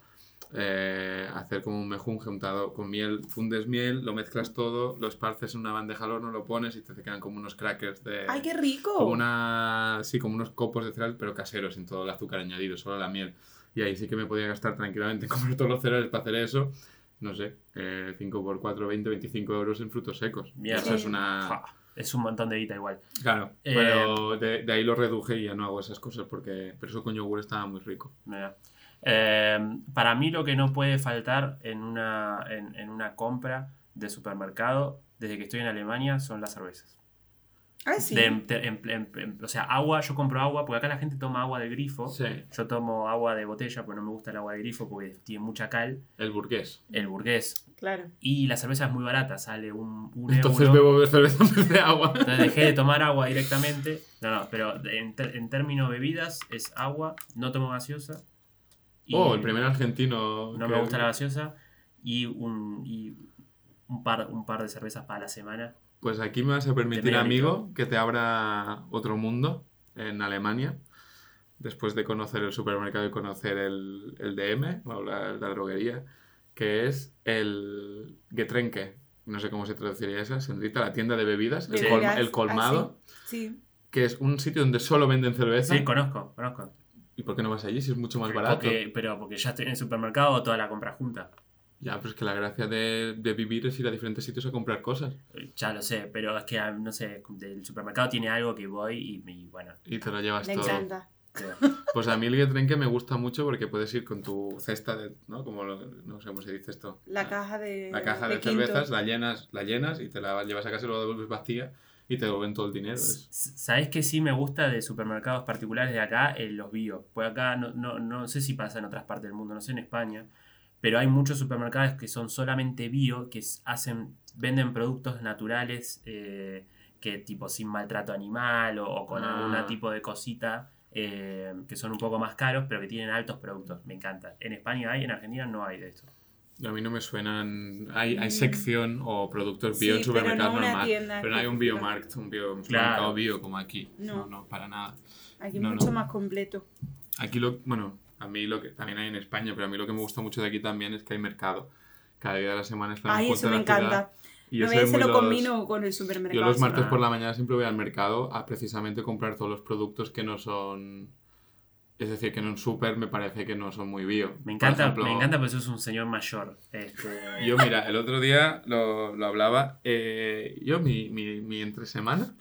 Speaker 4: eh, hacer como un mejunje untado con miel, fundes miel, lo mezclas todo, lo esparces en una bandeja al horno, lo pones y te quedan como unos crackers de...
Speaker 3: Ay, qué rico.
Speaker 1: Oh.
Speaker 4: Como una, sí, como unos copos de cereal, pero caseros, sin todo el azúcar añadido, solo la miel. Y ahí sí que me podía gastar tranquilamente en comprar todos los cereales para hacer eso. No sé, eh, 5 por 4, 20, 25 euros en frutos secos.
Speaker 1: Mierda.
Speaker 4: Eso es
Speaker 3: Sí.
Speaker 4: una...
Speaker 1: Ja, es un montón de guita igual.
Speaker 4: Claro,
Speaker 1: Eh,
Speaker 4: pero de, de ahí lo reduje y ya no hago esas cosas porque... Pero eso con yogur estaba muy rico.
Speaker 1: Mira. Eh, para mí lo que no puede faltar en una, en, en una compra de supermercado desde que estoy en Alemania son las cervezas.
Speaker 3: Ah, sí.
Speaker 1: De- te- em- em- em- o sea, agua, yo compro agua, porque acá la gente toma agua del grifo.
Speaker 4: Sí.
Speaker 1: Yo tomo agua de botella, porque no me gusta el agua de grifo, porque tiene mucha cal.
Speaker 4: El burgués.
Speaker 1: El burgués.
Speaker 3: Claro.
Speaker 1: Y la cerveza es muy barata, sale un, un
Speaker 4: Entonces
Speaker 1: euro.
Speaker 4: debo beber cerveza en vez de agua.
Speaker 1: Entonces dejé de tomar agua directamente. No, no, pero en, ter- en términos bebidas es agua, no tomo gaseosa. Y
Speaker 4: Oh, el primer argentino.
Speaker 1: No
Speaker 4: que-
Speaker 1: me gusta la gaseosa. Y un, y un, par, un par de cervezas para la semana.
Speaker 4: Pues aquí me vas a
Speaker 1: De
Speaker 4: permitir,
Speaker 1: medio
Speaker 4: amigo, que te abra otro mundo en Alemania. Después de conocer el supermercado y conocer el, el DM, o la, la droguería, que es el Getrenke. No sé cómo se traduciría esa, sendrita, la tienda de bebidas, el,
Speaker 1: Sí.
Speaker 4: colm-
Speaker 3: Bebidas,
Speaker 4: el colmado,
Speaker 3: Sí.
Speaker 4: que es un sitio donde solo venden cerveza.
Speaker 1: Sí, conozco, conozco.
Speaker 4: ¿Y por qué no vas allí si es mucho más
Speaker 1: Porque-
Speaker 4: barato?
Speaker 1: pero porque ya estoy en el supermercado, toda la compra junta.
Speaker 4: Ya, pero es que la gracia de, de vivir es ir a diferentes sitios a comprar cosas.
Speaker 1: Ya lo sé, pero es que, ah, no sé, el supermercado tiene algo que voy y, y bueno.
Speaker 4: Y te lo llevas
Speaker 3: Le
Speaker 4: todo.
Speaker 3: encanta.
Speaker 1: creo.
Speaker 4: Pues a mí el Getrenke me gusta mucho porque puedes ir con tu cesta, de, ¿no? Como lo- no sé cómo se dice esto.
Speaker 3: La caja de.
Speaker 4: La caja de,
Speaker 3: Quinto.
Speaker 4: cervezas, la llenas, la llenas y te la llevas a casa y luego la devuelves vacía y te devuelven todo el dinero. Es-
Speaker 1: ¿Sabes qué sí me gusta de supermercados particulares de acá? Eh, los bio. Pues acá no, no, no sé si pasa en otras partes del mundo, no sé en España, pero hay muchos supermercados que son solamente bio, que s- hacen, venden productos naturales, eh, que tipo sin maltrato animal o, o con
Speaker 4: Ah.
Speaker 1: algún tipo de cosita, eh, que son un poco más caros, pero que tienen altos productos. Me encanta. En España hay, en Argentina no hay de esto.
Speaker 4: A mí no me suenan. Hay, hay
Speaker 3: Mm.
Speaker 4: sección o productos bio
Speaker 3: Sí,
Speaker 4: en
Speaker 3: pero
Speaker 4: supermercados
Speaker 3: no una
Speaker 4: normal.
Speaker 3: tienda
Speaker 4: pero no hay un
Speaker 3: específica.
Speaker 4: biomarkt, un, bio, un
Speaker 1: Claro.
Speaker 4: supermercado bio como aquí.
Speaker 3: No.
Speaker 4: No, no, para nada.
Speaker 3: Aquí
Speaker 4: No,
Speaker 3: mucho
Speaker 4: no.
Speaker 3: más completo.
Speaker 4: Aquí lo, bueno, a mí lo que también hay en España, pero a mí lo que me gusta mucho de aquí también es que hay mercado. Cada día de la semana están
Speaker 3: Ay,
Speaker 4: juntos
Speaker 3: eso
Speaker 4: en
Speaker 3: me
Speaker 4: la ciudad.
Speaker 3: encanta.
Speaker 4: Y
Speaker 3: No
Speaker 4: eso
Speaker 3: veis,
Speaker 4: es
Speaker 3: se
Speaker 4: muy
Speaker 3: lo
Speaker 4: los-
Speaker 3: combino con el supermercado.
Speaker 4: Yo los martes
Speaker 1: Ah.
Speaker 4: por la mañana siempre voy al mercado a precisamente comprar todos los productos que no son. Es decir, que en un súper me parece que no son muy bio.
Speaker 1: Me encanta,
Speaker 4: Por ejemplo,
Speaker 1: me encanta porque sos un señor mayor. Este,
Speaker 4: Yo, mira, el otro día lo, lo hablaba. eh, yo, mi, mi, mi entre semana,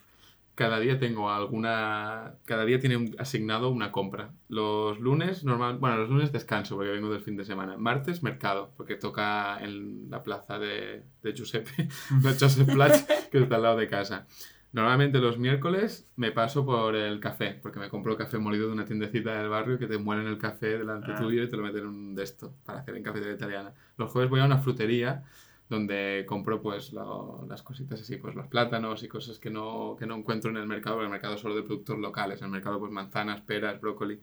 Speaker 4: cada día tengo alguna. Cada día tiene un- asignado una compra. Los lunes, normal. Bueno, los lunes descanso porque vengo del fin de semana. Martes, mercado, porque toca en la plaza de, de Giuseppe, la Josefplatz, que está al lado de casa. Normalmente los miércoles me paso por el café, porque me compro café molido de una tiendecita del barrio que te muelen el café delante
Speaker 1: Ah.
Speaker 4: tuyo y te lo meten en un de esto para hacer en cafetería italiana. Los jueves voy a una frutería donde compro pues lo- las cositas así, pues los plátanos y cosas que no, que no encuentro en el mercado, porque el mercado es solo de productos locales, en el mercado pues manzanas, peras, brócoli.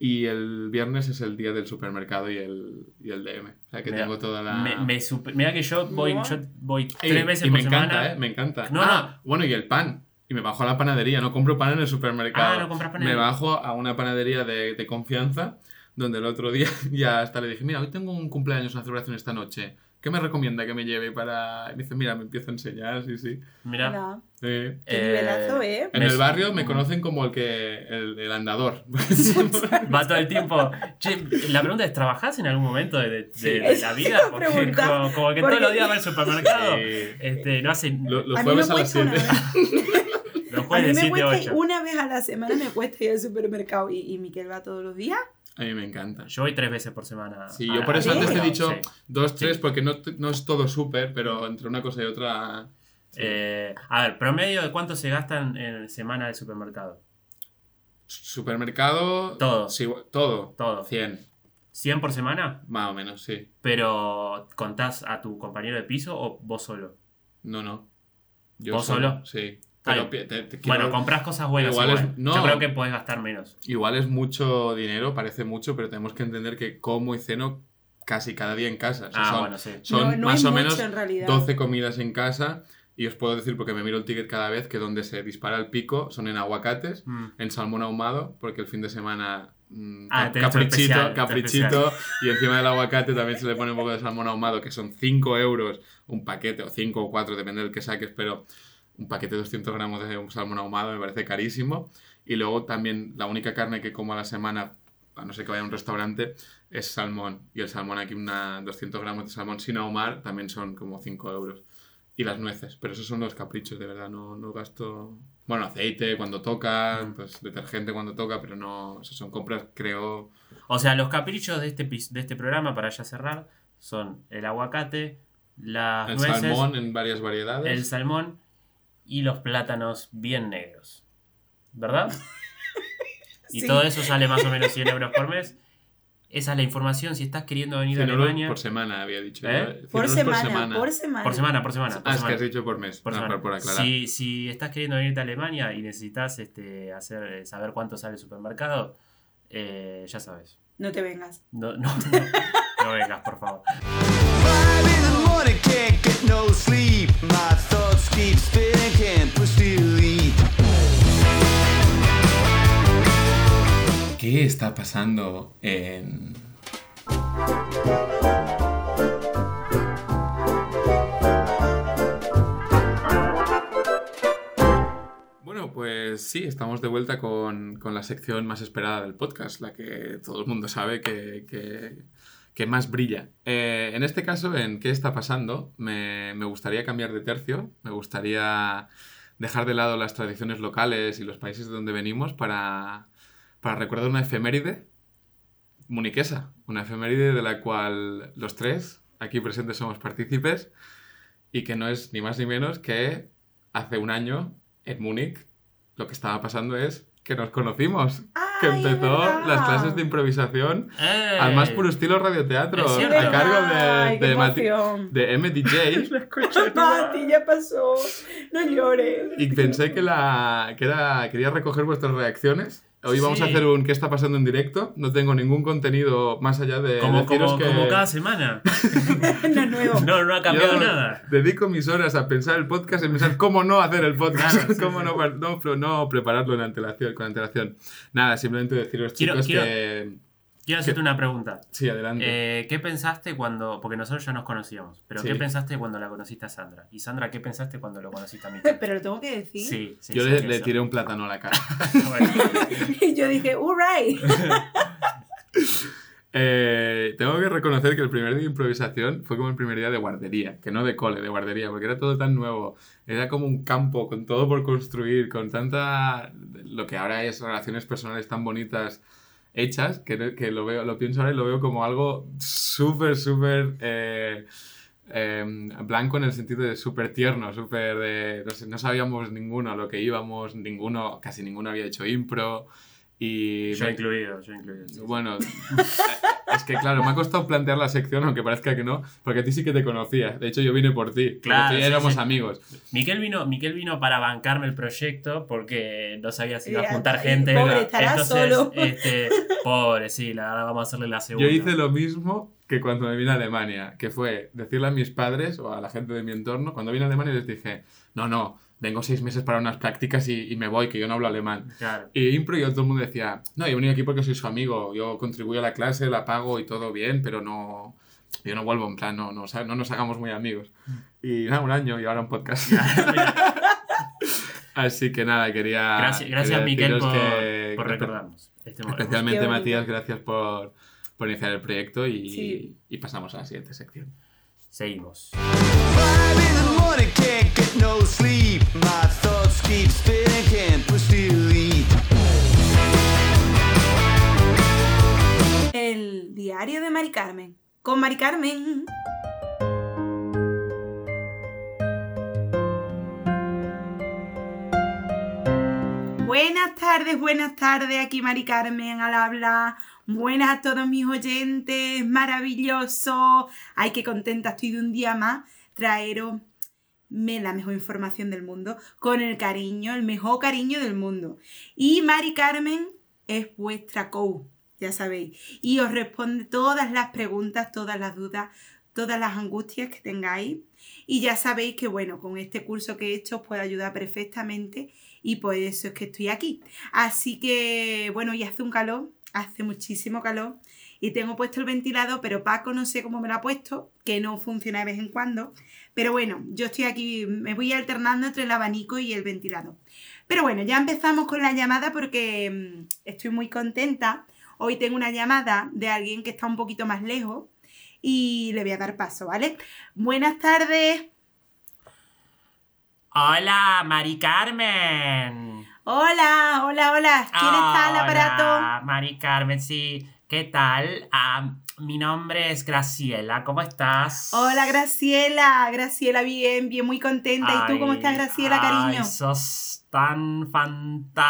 Speaker 4: Y el viernes es el día del supermercado y el, y el DM. O sea que
Speaker 1: Mira,
Speaker 4: tengo toda la...
Speaker 1: me, me super- mira que yo voy,
Speaker 3: No.
Speaker 1: yo voy
Speaker 4: Ey,
Speaker 1: tres veces
Speaker 4: y
Speaker 1: por
Speaker 4: me
Speaker 1: semana.
Speaker 4: encanta, ¿eh? Me encanta.
Speaker 1: No,
Speaker 4: ah, bueno, y el pan. Y me bajo a la panadería, no compro pan en el supermercado.
Speaker 1: Ah, no compras pan en
Speaker 4: Me
Speaker 1: el-
Speaker 4: bajo a una panadería de, de confianza, donde el otro día ya hasta le dije, mira, hoy tengo un cumpleaños, una celebración esta noche. ¿Qué me recomienda que me lleve para...? Y me dice, mira, me empiezo a enseñar, sí, sí.
Speaker 1: Mira.
Speaker 3: Hola.
Speaker 4: Eh,
Speaker 3: Qué nivelazo, ¿eh?
Speaker 4: En
Speaker 1: me-
Speaker 4: el barrio
Speaker 1: Mm.
Speaker 4: me conocen como el que... el, el andador. Porque
Speaker 1: Va todo el tiempo. Che, la pregunta es: ¿trabajás en algún momento de, de- de-
Speaker 4: Sí.
Speaker 1: de
Speaker 3: Esa
Speaker 1: la
Speaker 3: es
Speaker 1: vida?
Speaker 3: la
Speaker 1: Porque
Speaker 3: pregunta.
Speaker 1: como, como que
Speaker 3: Porque-
Speaker 1: todos los días va al supermercado.
Speaker 4: Sí.
Speaker 1: Este, no hacen
Speaker 4: Lo- los
Speaker 3: A mí me
Speaker 4: jueves a las
Speaker 3: cuesta una
Speaker 4: 7.
Speaker 3: vez.
Speaker 1: los
Speaker 3: A mí
Speaker 1: jueves de
Speaker 3: me
Speaker 1: 7
Speaker 3: cuesta ir
Speaker 1: 8.
Speaker 3: una vez a la semana me cuesta ir al supermercado y, y Miquel va todos los días.
Speaker 4: A mí me encanta.
Speaker 1: Yo voy tres veces por semana.
Speaker 4: Sí,
Speaker 1: a
Speaker 4: yo
Speaker 1: la-
Speaker 4: por eso
Speaker 1: al
Speaker 4: antes te he dicho
Speaker 1: supermercado, sí.
Speaker 4: dos, tres,
Speaker 1: Sí.
Speaker 4: porque no, t- no es todo súper, pero entre una cosa y otra...
Speaker 1: Eh, a ver, promedio de cuánto se gastan en semana de supermercado.
Speaker 4: Supermercado...
Speaker 1: Todo.
Speaker 4: sí, gu- todo.
Speaker 1: Todo.
Speaker 4: 100,
Speaker 1: ¿100 por semana?
Speaker 4: más o menos, sí.
Speaker 1: Pero ¿contás a tu compañero de piso o vos solo?
Speaker 4: No, no. Yo
Speaker 1: ¿Vos solo?
Speaker 4: Sí.
Speaker 1: Está
Speaker 4: Pero
Speaker 1: bien.
Speaker 4: pi- te- te
Speaker 1: Bueno,
Speaker 4: quiero-
Speaker 1: comprás cosas buenas.
Speaker 4: Igual es-
Speaker 1: igual.
Speaker 4: no.
Speaker 1: Yo creo que podés gastar menos.
Speaker 4: Igual es mucho dinero, parece mucho, pero tenemos que entender que como y ceno casi cada día en casa. O sea,
Speaker 1: Ah,
Speaker 4: son
Speaker 1: bueno, sí.
Speaker 4: son
Speaker 3: no, no
Speaker 4: más
Speaker 3: hay
Speaker 4: o
Speaker 3: mucho
Speaker 4: menos
Speaker 3: en realidad.
Speaker 4: 12 comidas en casa y os puedo decir, porque me miro el ticket cada vez, que donde se dispara el pico son en aguacates
Speaker 1: Mm.
Speaker 4: en salmón ahumado, porque el fin de semana mm,
Speaker 1: Ah,
Speaker 4: cap-
Speaker 1: te he hecho
Speaker 4: caprichito,
Speaker 1: especial, te he hecho
Speaker 4: caprichito, y encima del aguacate también se le pone un poco de salmón ahumado, que son 5 euros un paquete, o 5 o 4, depende del que saques, pero un paquete de 200 gramos de un salmón ahumado me parece carísimo. Y luego también la única carne que como a la semana, a no ser que vaya a un restaurante, es salmón. Y el salmón aquí, una 200 gramos de salmón sin ahumar, también son como 5 euros. y las nueces, pero esos son los caprichos, de verdad, no, no gasto... Bueno, aceite cuando toca,
Speaker 1: Mm.
Speaker 4: pues detergente cuando toca, pero no, esas son compras, creo...
Speaker 1: O sea, los caprichos de este, pis- de este programa, para ya cerrar, son el aguacate, las
Speaker 4: El
Speaker 1: nueces,
Speaker 4: salmón en varias
Speaker 1: el
Speaker 4: variedades.
Speaker 1: salmón y los plátanos bien negros. ¿Verdad? Y
Speaker 3: Sí.
Speaker 1: todo eso sale más o menos 100 euros por mes. Esa es la información. Si estás queriendo venir a
Speaker 4: 100 euros
Speaker 1: Alemania.
Speaker 4: por semana, había dicho.
Speaker 1: ¿Eh?
Speaker 4: ¿no? 100
Speaker 3: Por
Speaker 4: euros
Speaker 3: semana, por semana.
Speaker 1: Por semana, por semana. por
Speaker 4: Ah, es que
Speaker 1: semana.
Speaker 4: has dicho por mes,
Speaker 1: Por
Speaker 4: ah,
Speaker 1: semana.
Speaker 4: por, por aclarar.
Speaker 1: Si, si estás queriendo venirte a Alemania y necesitas este, hacer, eh, saber cuánto sale el supermercado, eh, ya sabes.
Speaker 3: No te vengas.
Speaker 1: No, no, no, no vengas, por favor.
Speaker 5: Five in the morning, can't get no sleep. My thoughts keep spinning, can't push delete.
Speaker 4: ¿Qué está pasando en... Bueno, pues sí, estamos de vuelta con, con la sección más esperada del podcast, la que todo el mundo sabe que, que- que más brilla. Eh, en este caso, en ¿Qué está pasando? Me, me gustaría cambiar de tercio, me gustaría dejar de lado las tradiciones locales y los países de donde venimos para, para recordar una efeméride muniquesa, una efeméride de la cual los tres aquí presentes somos partícipes y que no es ni más ni menos que hace un año en Múnich lo que estaba pasando es que nos conocimos, que
Speaker 3: Ay, es
Speaker 4: empezó
Speaker 3: verdad.
Speaker 4: las clases de improvisación
Speaker 1: Eh,
Speaker 4: al más puro estilo radioteatro
Speaker 1: Es
Speaker 3: Es
Speaker 1: cierto.
Speaker 4: a
Speaker 3: verdad,
Speaker 4: cargo de,
Speaker 3: qué
Speaker 4: de, Mati-
Speaker 3: emoción.
Speaker 4: de MDJ
Speaker 3: Mati, ya pasó. No llores.
Speaker 4: y pensé que, la, que era, quería recoger vuestras reacciones. Hoy vamos a
Speaker 1: Sí.
Speaker 4: hacer un ¿Qué está pasando en directo? No tengo ningún contenido más allá de
Speaker 1: Como,
Speaker 4: Eh, deciros
Speaker 1: como,
Speaker 4: que
Speaker 1: como cada semana.
Speaker 3: No es nuevo.
Speaker 1: No, no ha cambiado
Speaker 4: yo
Speaker 1: nada.
Speaker 4: dedico mis horas a pensar el podcast y a pensar cómo no hacer el podcast,
Speaker 1: Claro, sí,
Speaker 4: cómo
Speaker 1: sí.
Speaker 4: no, par- no, pro- no prepararlo en antelación, con antelación. Nada, simplemente deciros,
Speaker 1: Quiero-
Speaker 4: chicos,
Speaker 1: quiero-
Speaker 4: que...
Speaker 1: Quiero hacerte una pregunta.
Speaker 4: Sí, adelante.
Speaker 1: Eh, ¿Qué pensaste cuando.? Porque nosotros ya nos conocíamos. Pero
Speaker 4: Sí.
Speaker 1: ¿qué pensaste cuando la conociste a Sandra? Y Sandra, ¿qué pensaste cuando lo conociste a mí?
Speaker 3: Pero lo tengo que decir.
Speaker 1: sí, sí.
Speaker 4: Yo
Speaker 1: sí,
Speaker 4: le,
Speaker 1: sí,
Speaker 4: le
Speaker 1: eso.
Speaker 4: tiré un plátano a la cara.
Speaker 1: Bueno,
Speaker 3: Y yo dije, alright.
Speaker 4: Eh, tengo que reconocer que el primer día de improvisación fue como el primer día de guardería, que no de cole, de guardería, porque era todo tan nuevo. Era como un campo con todo por construir, con tanta. lo que ahora es relaciones personales tan bonitas hechas, que, que lo, veo, lo pienso ahora y lo veo como algo súper, súper. eh, eh, blanco en el sentido de súper tierno, súper de... No, sé, no sabíamos ninguno a lo que íbamos, ninguno, casi ninguno había hecho impro y...
Speaker 1: yo
Speaker 4: me-
Speaker 1: incluido, yo incluido. sí, sí.
Speaker 4: bueno, eh, es que claro, me ha costado plantear la sección, aunque parezca que no, porque a ti sí que te conocía. De hecho, yo vine por ti.
Speaker 1: Claro,
Speaker 4: Claro.
Speaker 1: sí,
Speaker 4: éramos
Speaker 1: sí.
Speaker 4: amigos.
Speaker 1: Miquel vino, Miquel vino para bancarme el proyecto porque no sabía si iba a
Speaker 3: Ya,
Speaker 1: juntar
Speaker 3: y
Speaker 1: gente.
Speaker 3: Eh, pobre, estará
Speaker 1: Entonces,
Speaker 3: solo.
Speaker 1: este, pobre, sí, la verdad vamos a hacerle la segunda.
Speaker 4: Yo hice lo mismo que cuando me vine a Alemania, que fue decirle a mis padres o a la gente de mi entorno, cuando vine a Alemania les dije, no, no, vengo seis meses para unas prácticas y, y me voy, que yo no hablo alemán.
Speaker 1: Claro.
Speaker 4: Y impro yo todo el mundo decía, no, yo he venido aquí porque soy su amigo, yo contribuyo a la clase, la pago y todo bien, pero no, yo no vuelvo, en plan, no, no, sa- no nos hagamos muy amigos.
Speaker 1: Mm.
Speaker 4: Y nada, un año y ahora un podcast. Así que nada, quería.
Speaker 1: Gracias, gracias
Speaker 4: Ah, quería
Speaker 1: Miquel por,
Speaker 4: deciros que-
Speaker 1: por
Speaker 4: que-
Speaker 1: recordarnos. Este momento.
Speaker 3: Qué
Speaker 4: Especialmente
Speaker 3: bonito.
Speaker 4: Matías, gracias por, por iniciar el proyecto y,
Speaker 3: Sí.
Speaker 4: y pasamos a la siguiente sección.
Speaker 1: Seguimos.
Speaker 5: Five in the morning, can't get no sleep. My thoughts keep spinning, can't push delete.
Speaker 3: El diario de Mari Carmen. Con Mari Carmen. Buenas tardes, buenas tardes. Aquí Mari Carmen al habla. Buenas a todos mis oyentes. Maravilloso. Ay, qué contenta estoy de un día más traeros me- la mejor información del mundo con el cariño, el mejor cariño del mundo. Y Mari Carmen es vuestra coach, ya sabéis. Y os responde todas las preguntas, todas las dudas, todas las angustias que tengáis. Y ya sabéis que, bueno, con este curso que he hecho os puedo ayudar perfectamente y por eso es que estoy aquí. Así que, bueno, y hace un calor, hace muchísimo calor. Y tengo puesto el ventilador, pero Paco no sé cómo me lo ha puesto, que no funciona de vez en cuando. Pero bueno, yo estoy aquí, me voy alternando entre el abanico y el ventilador. Pero bueno, ya empezamos con la llamada porque mm, estoy muy contenta. Hoy tengo una llamada de alguien que está un poquito más lejos y le voy a dar paso, ¿vale? Buenas tardes.
Speaker 1: Hola, Mari Carmen.
Speaker 3: Hola, hola, hola. ¿Quién está en el aparato?
Speaker 1: Hola, Mari Carmen, sí. ¿Qué tal? Ah, mi nombre es Graciela. ¿Cómo estás?
Speaker 3: Hola, Graciela. Graciela, bien, bien, muy contenta. ¿Y tú cómo estás,
Speaker 1: Ay, ay,
Speaker 3: Graciela, cariño?
Speaker 1: Sos tan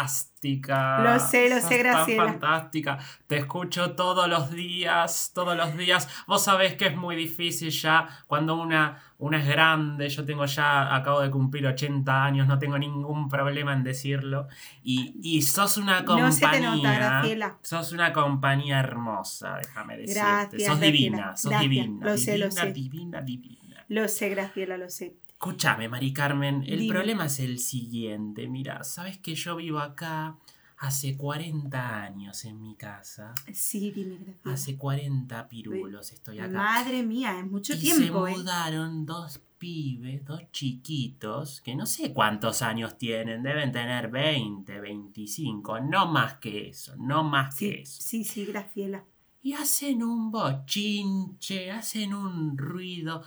Speaker 1: fantástica.
Speaker 3: Lo sé, lo
Speaker 1: Sos
Speaker 3: sé, Graciela.
Speaker 1: Tan fantástica. Te escucho todos los días, todos los días. Vos sabés que es muy difícil ya cuando una, una es grande. Yo tengo ya, acabo de cumplir 80 años, no tengo ningún problema en decirlo. Y, y sos una compañía.
Speaker 3: No se te nota, Graciela.
Speaker 1: Sos una compañía hermosa, déjame decirte.
Speaker 3: Gracias,
Speaker 1: sos
Speaker 3: Graciela.
Speaker 1: divina, sos
Speaker 3: Gracias.
Speaker 1: divina.
Speaker 3: Lo sé, lo
Speaker 1: divina,
Speaker 3: sé.
Speaker 1: divina, divina.
Speaker 3: Lo sé, Graciela, lo sé.
Speaker 1: Escúchame, Mari Carmen, el
Speaker 3: Dime.
Speaker 1: problema es el siguiente. Mira, sabes que yo vivo acá hace 40 años en mi casa.
Speaker 3: Sí, dime, Graciela.
Speaker 1: Hace 40 pirulos estoy acá.
Speaker 3: Madre mía, es mucho
Speaker 1: y
Speaker 3: tiempo,
Speaker 1: se
Speaker 3: ¿eh?
Speaker 1: mudaron dos pibes, dos chiquitos, que no sé cuántos años tienen, deben tener 20, 25, no más que eso, no más que
Speaker 3: Sí,
Speaker 1: eso.
Speaker 3: sí, sí, Graciela.
Speaker 1: Y hacen un bochinche, hacen un ruido.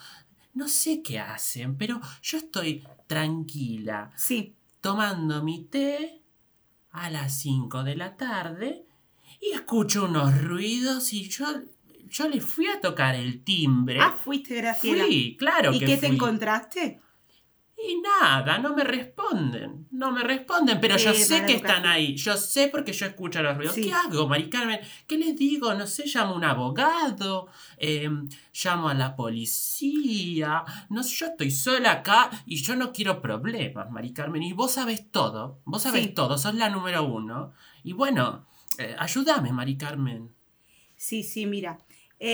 Speaker 1: No sé qué hacen, pero yo estoy tranquila
Speaker 3: Sí,
Speaker 1: tomando mi té a las 5 de la tarde y escucho unos ruidos y yo, yo le fui a tocar el timbre.
Speaker 3: ah, fuiste, Graciela.
Speaker 1: ¿Eh? fui, claro
Speaker 3: ¿Y
Speaker 1: que
Speaker 3: qué te
Speaker 1: fui.
Speaker 3: encontraste?
Speaker 1: Y nada, no me responden. No me responden, pero yo
Speaker 3: Qué
Speaker 1: sé
Speaker 3: mala
Speaker 1: que están
Speaker 3: educación.
Speaker 1: ahí. Yo sé porque yo escucho los ruidos.
Speaker 3: Sí.
Speaker 1: ¿Qué hago, Mari Carmen? ¿Qué les digo? No sé, llamo a un abogado, eh, llamo a la policía. No sé, yo estoy sola acá y yo no quiero problemas, Mari Carmen. Y vos sabés todo. Vos sabés
Speaker 3: Sí.
Speaker 1: todo. Sos la número uno. Y bueno, eh, ayúdame, Mari Carmen.
Speaker 3: Sí, sí, mira.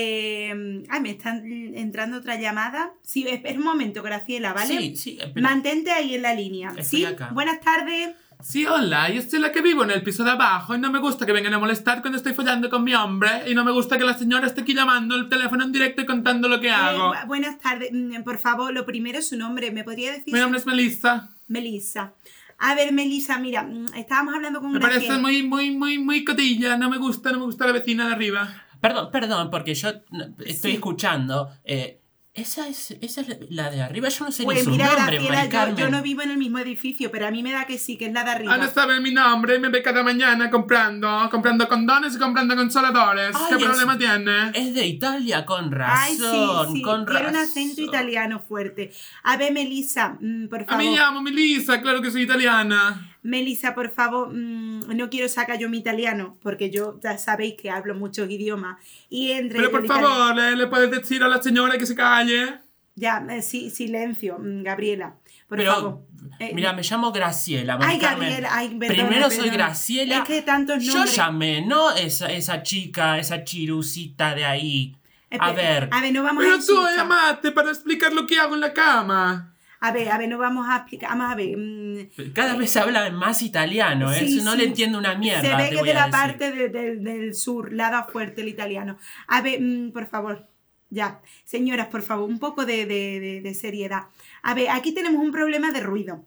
Speaker 3: Eh, ay, me están entrando otra llamada. Sí, espera un momento, Graciela, ¿vale?
Speaker 1: Sí, sí. eh, pero-
Speaker 3: Mantente ahí en la línea.
Speaker 1: Estoy
Speaker 3: sí,
Speaker 1: acá.
Speaker 3: buenas tardes.
Speaker 4: Sí, hola, yo soy la que vivo en el piso de abajo y no me gusta que vengan a molestar cuando estoy follando con mi hombre y no me gusta que la señora esté aquí llamando el teléfono en directo y contando lo que
Speaker 3: Eh,
Speaker 4: hago.
Speaker 3: bu- buenas tardes. Mm, Por favor, lo primero es su nombre. ¿Me podría decir?
Speaker 4: Mi
Speaker 3: su-
Speaker 4: nombre es Melissa.
Speaker 3: Melissa. A ver, Melissa, mira, mm, estábamos hablando con
Speaker 4: Me parece
Speaker 3: Graciela.
Speaker 4: muy, muy, muy, muy cotilla. No me gusta, no me gusta la vecina de arriba.
Speaker 1: Perdón, perdón, porque yo no, estoy
Speaker 3: Sí.
Speaker 1: escuchando. eh, esa, es, esa es la de arriba, yo no sé ni
Speaker 3: Pues
Speaker 1: su
Speaker 3: mira,
Speaker 1: nombre,
Speaker 3: Graciela,
Speaker 1: Mari
Speaker 3: yo- yo,
Speaker 1: Carmen. Ah,
Speaker 3: no vivo en el mismo edificio, pero a mí me da que sí, que es la de arriba.
Speaker 4: Ahora sabe mi nombre y me ve cada mañana comprando, comprando condones y comprando consoladores.
Speaker 1: Ay,
Speaker 4: ¿Qué
Speaker 1: es-
Speaker 4: problema tiene?
Speaker 1: Es de Italia, con razón.
Speaker 3: Ay, sí, sí,
Speaker 1: con
Speaker 3: tiene un
Speaker 1: razón.
Speaker 3: acento italiano fuerte. A ver, Melissa, mm, por
Speaker 4: A
Speaker 3: favor.
Speaker 4: mí llamo Melissa, claro que soy italiana.
Speaker 3: Melissa, por favor, mm, no quiero sacar yo mi italiano, porque yo ya sabéis que hablo muchos idiomas. Y entre
Speaker 4: Pero
Speaker 3: el
Speaker 4: por
Speaker 3: italiano-
Speaker 4: favor, eh, ¿le, le puedes decir a la señora que se calle?
Speaker 3: Ya, eh, sí, silencio, mm, Gabriela, por
Speaker 1: Pero,
Speaker 3: favor. Eh,
Speaker 1: Mira, me llamo Graciela. Mari
Speaker 3: ay,
Speaker 1: Carmen.
Speaker 3: Gabriela, ay, perdona,
Speaker 1: Primero soy
Speaker 3: perdona.
Speaker 1: Graciela.
Speaker 3: Es que tantos
Speaker 1: yo
Speaker 3: nombres.
Speaker 1: llamé, no esa, esa chica, esa chirucita de ahí.
Speaker 3: Espera,
Speaker 1: a ver.
Speaker 3: Eh, A ver, no vamos a
Speaker 4: Pero tú
Speaker 3: insultar.
Speaker 4: llamaste para explicar lo que hago en la cama.
Speaker 3: A ver, a ver, no vamos a explicar. Vamos a ver. mm,
Speaker 1: Cada vez se habla más italiano, ¿eh?
Speaker 3: Sí,
Speaker 1: no
Speaker 3: sí.
Speaker 1: le entiendo una mierda.
Speaker 3: Se ve
Speaker 1: te
Speaker 3: que
Speaker 1: voy
Speaker 3: de
Speaker 1: a
Speaker 3: la
Speaker 1: decir.
Speaker 3: parte de- de- del sur la da fuerte el italiano. A ver, mm, por favor, ya. Señoras, por favor, un poco de, de- de- de seriedad. A ver, aquí tenemos un problema de ruido,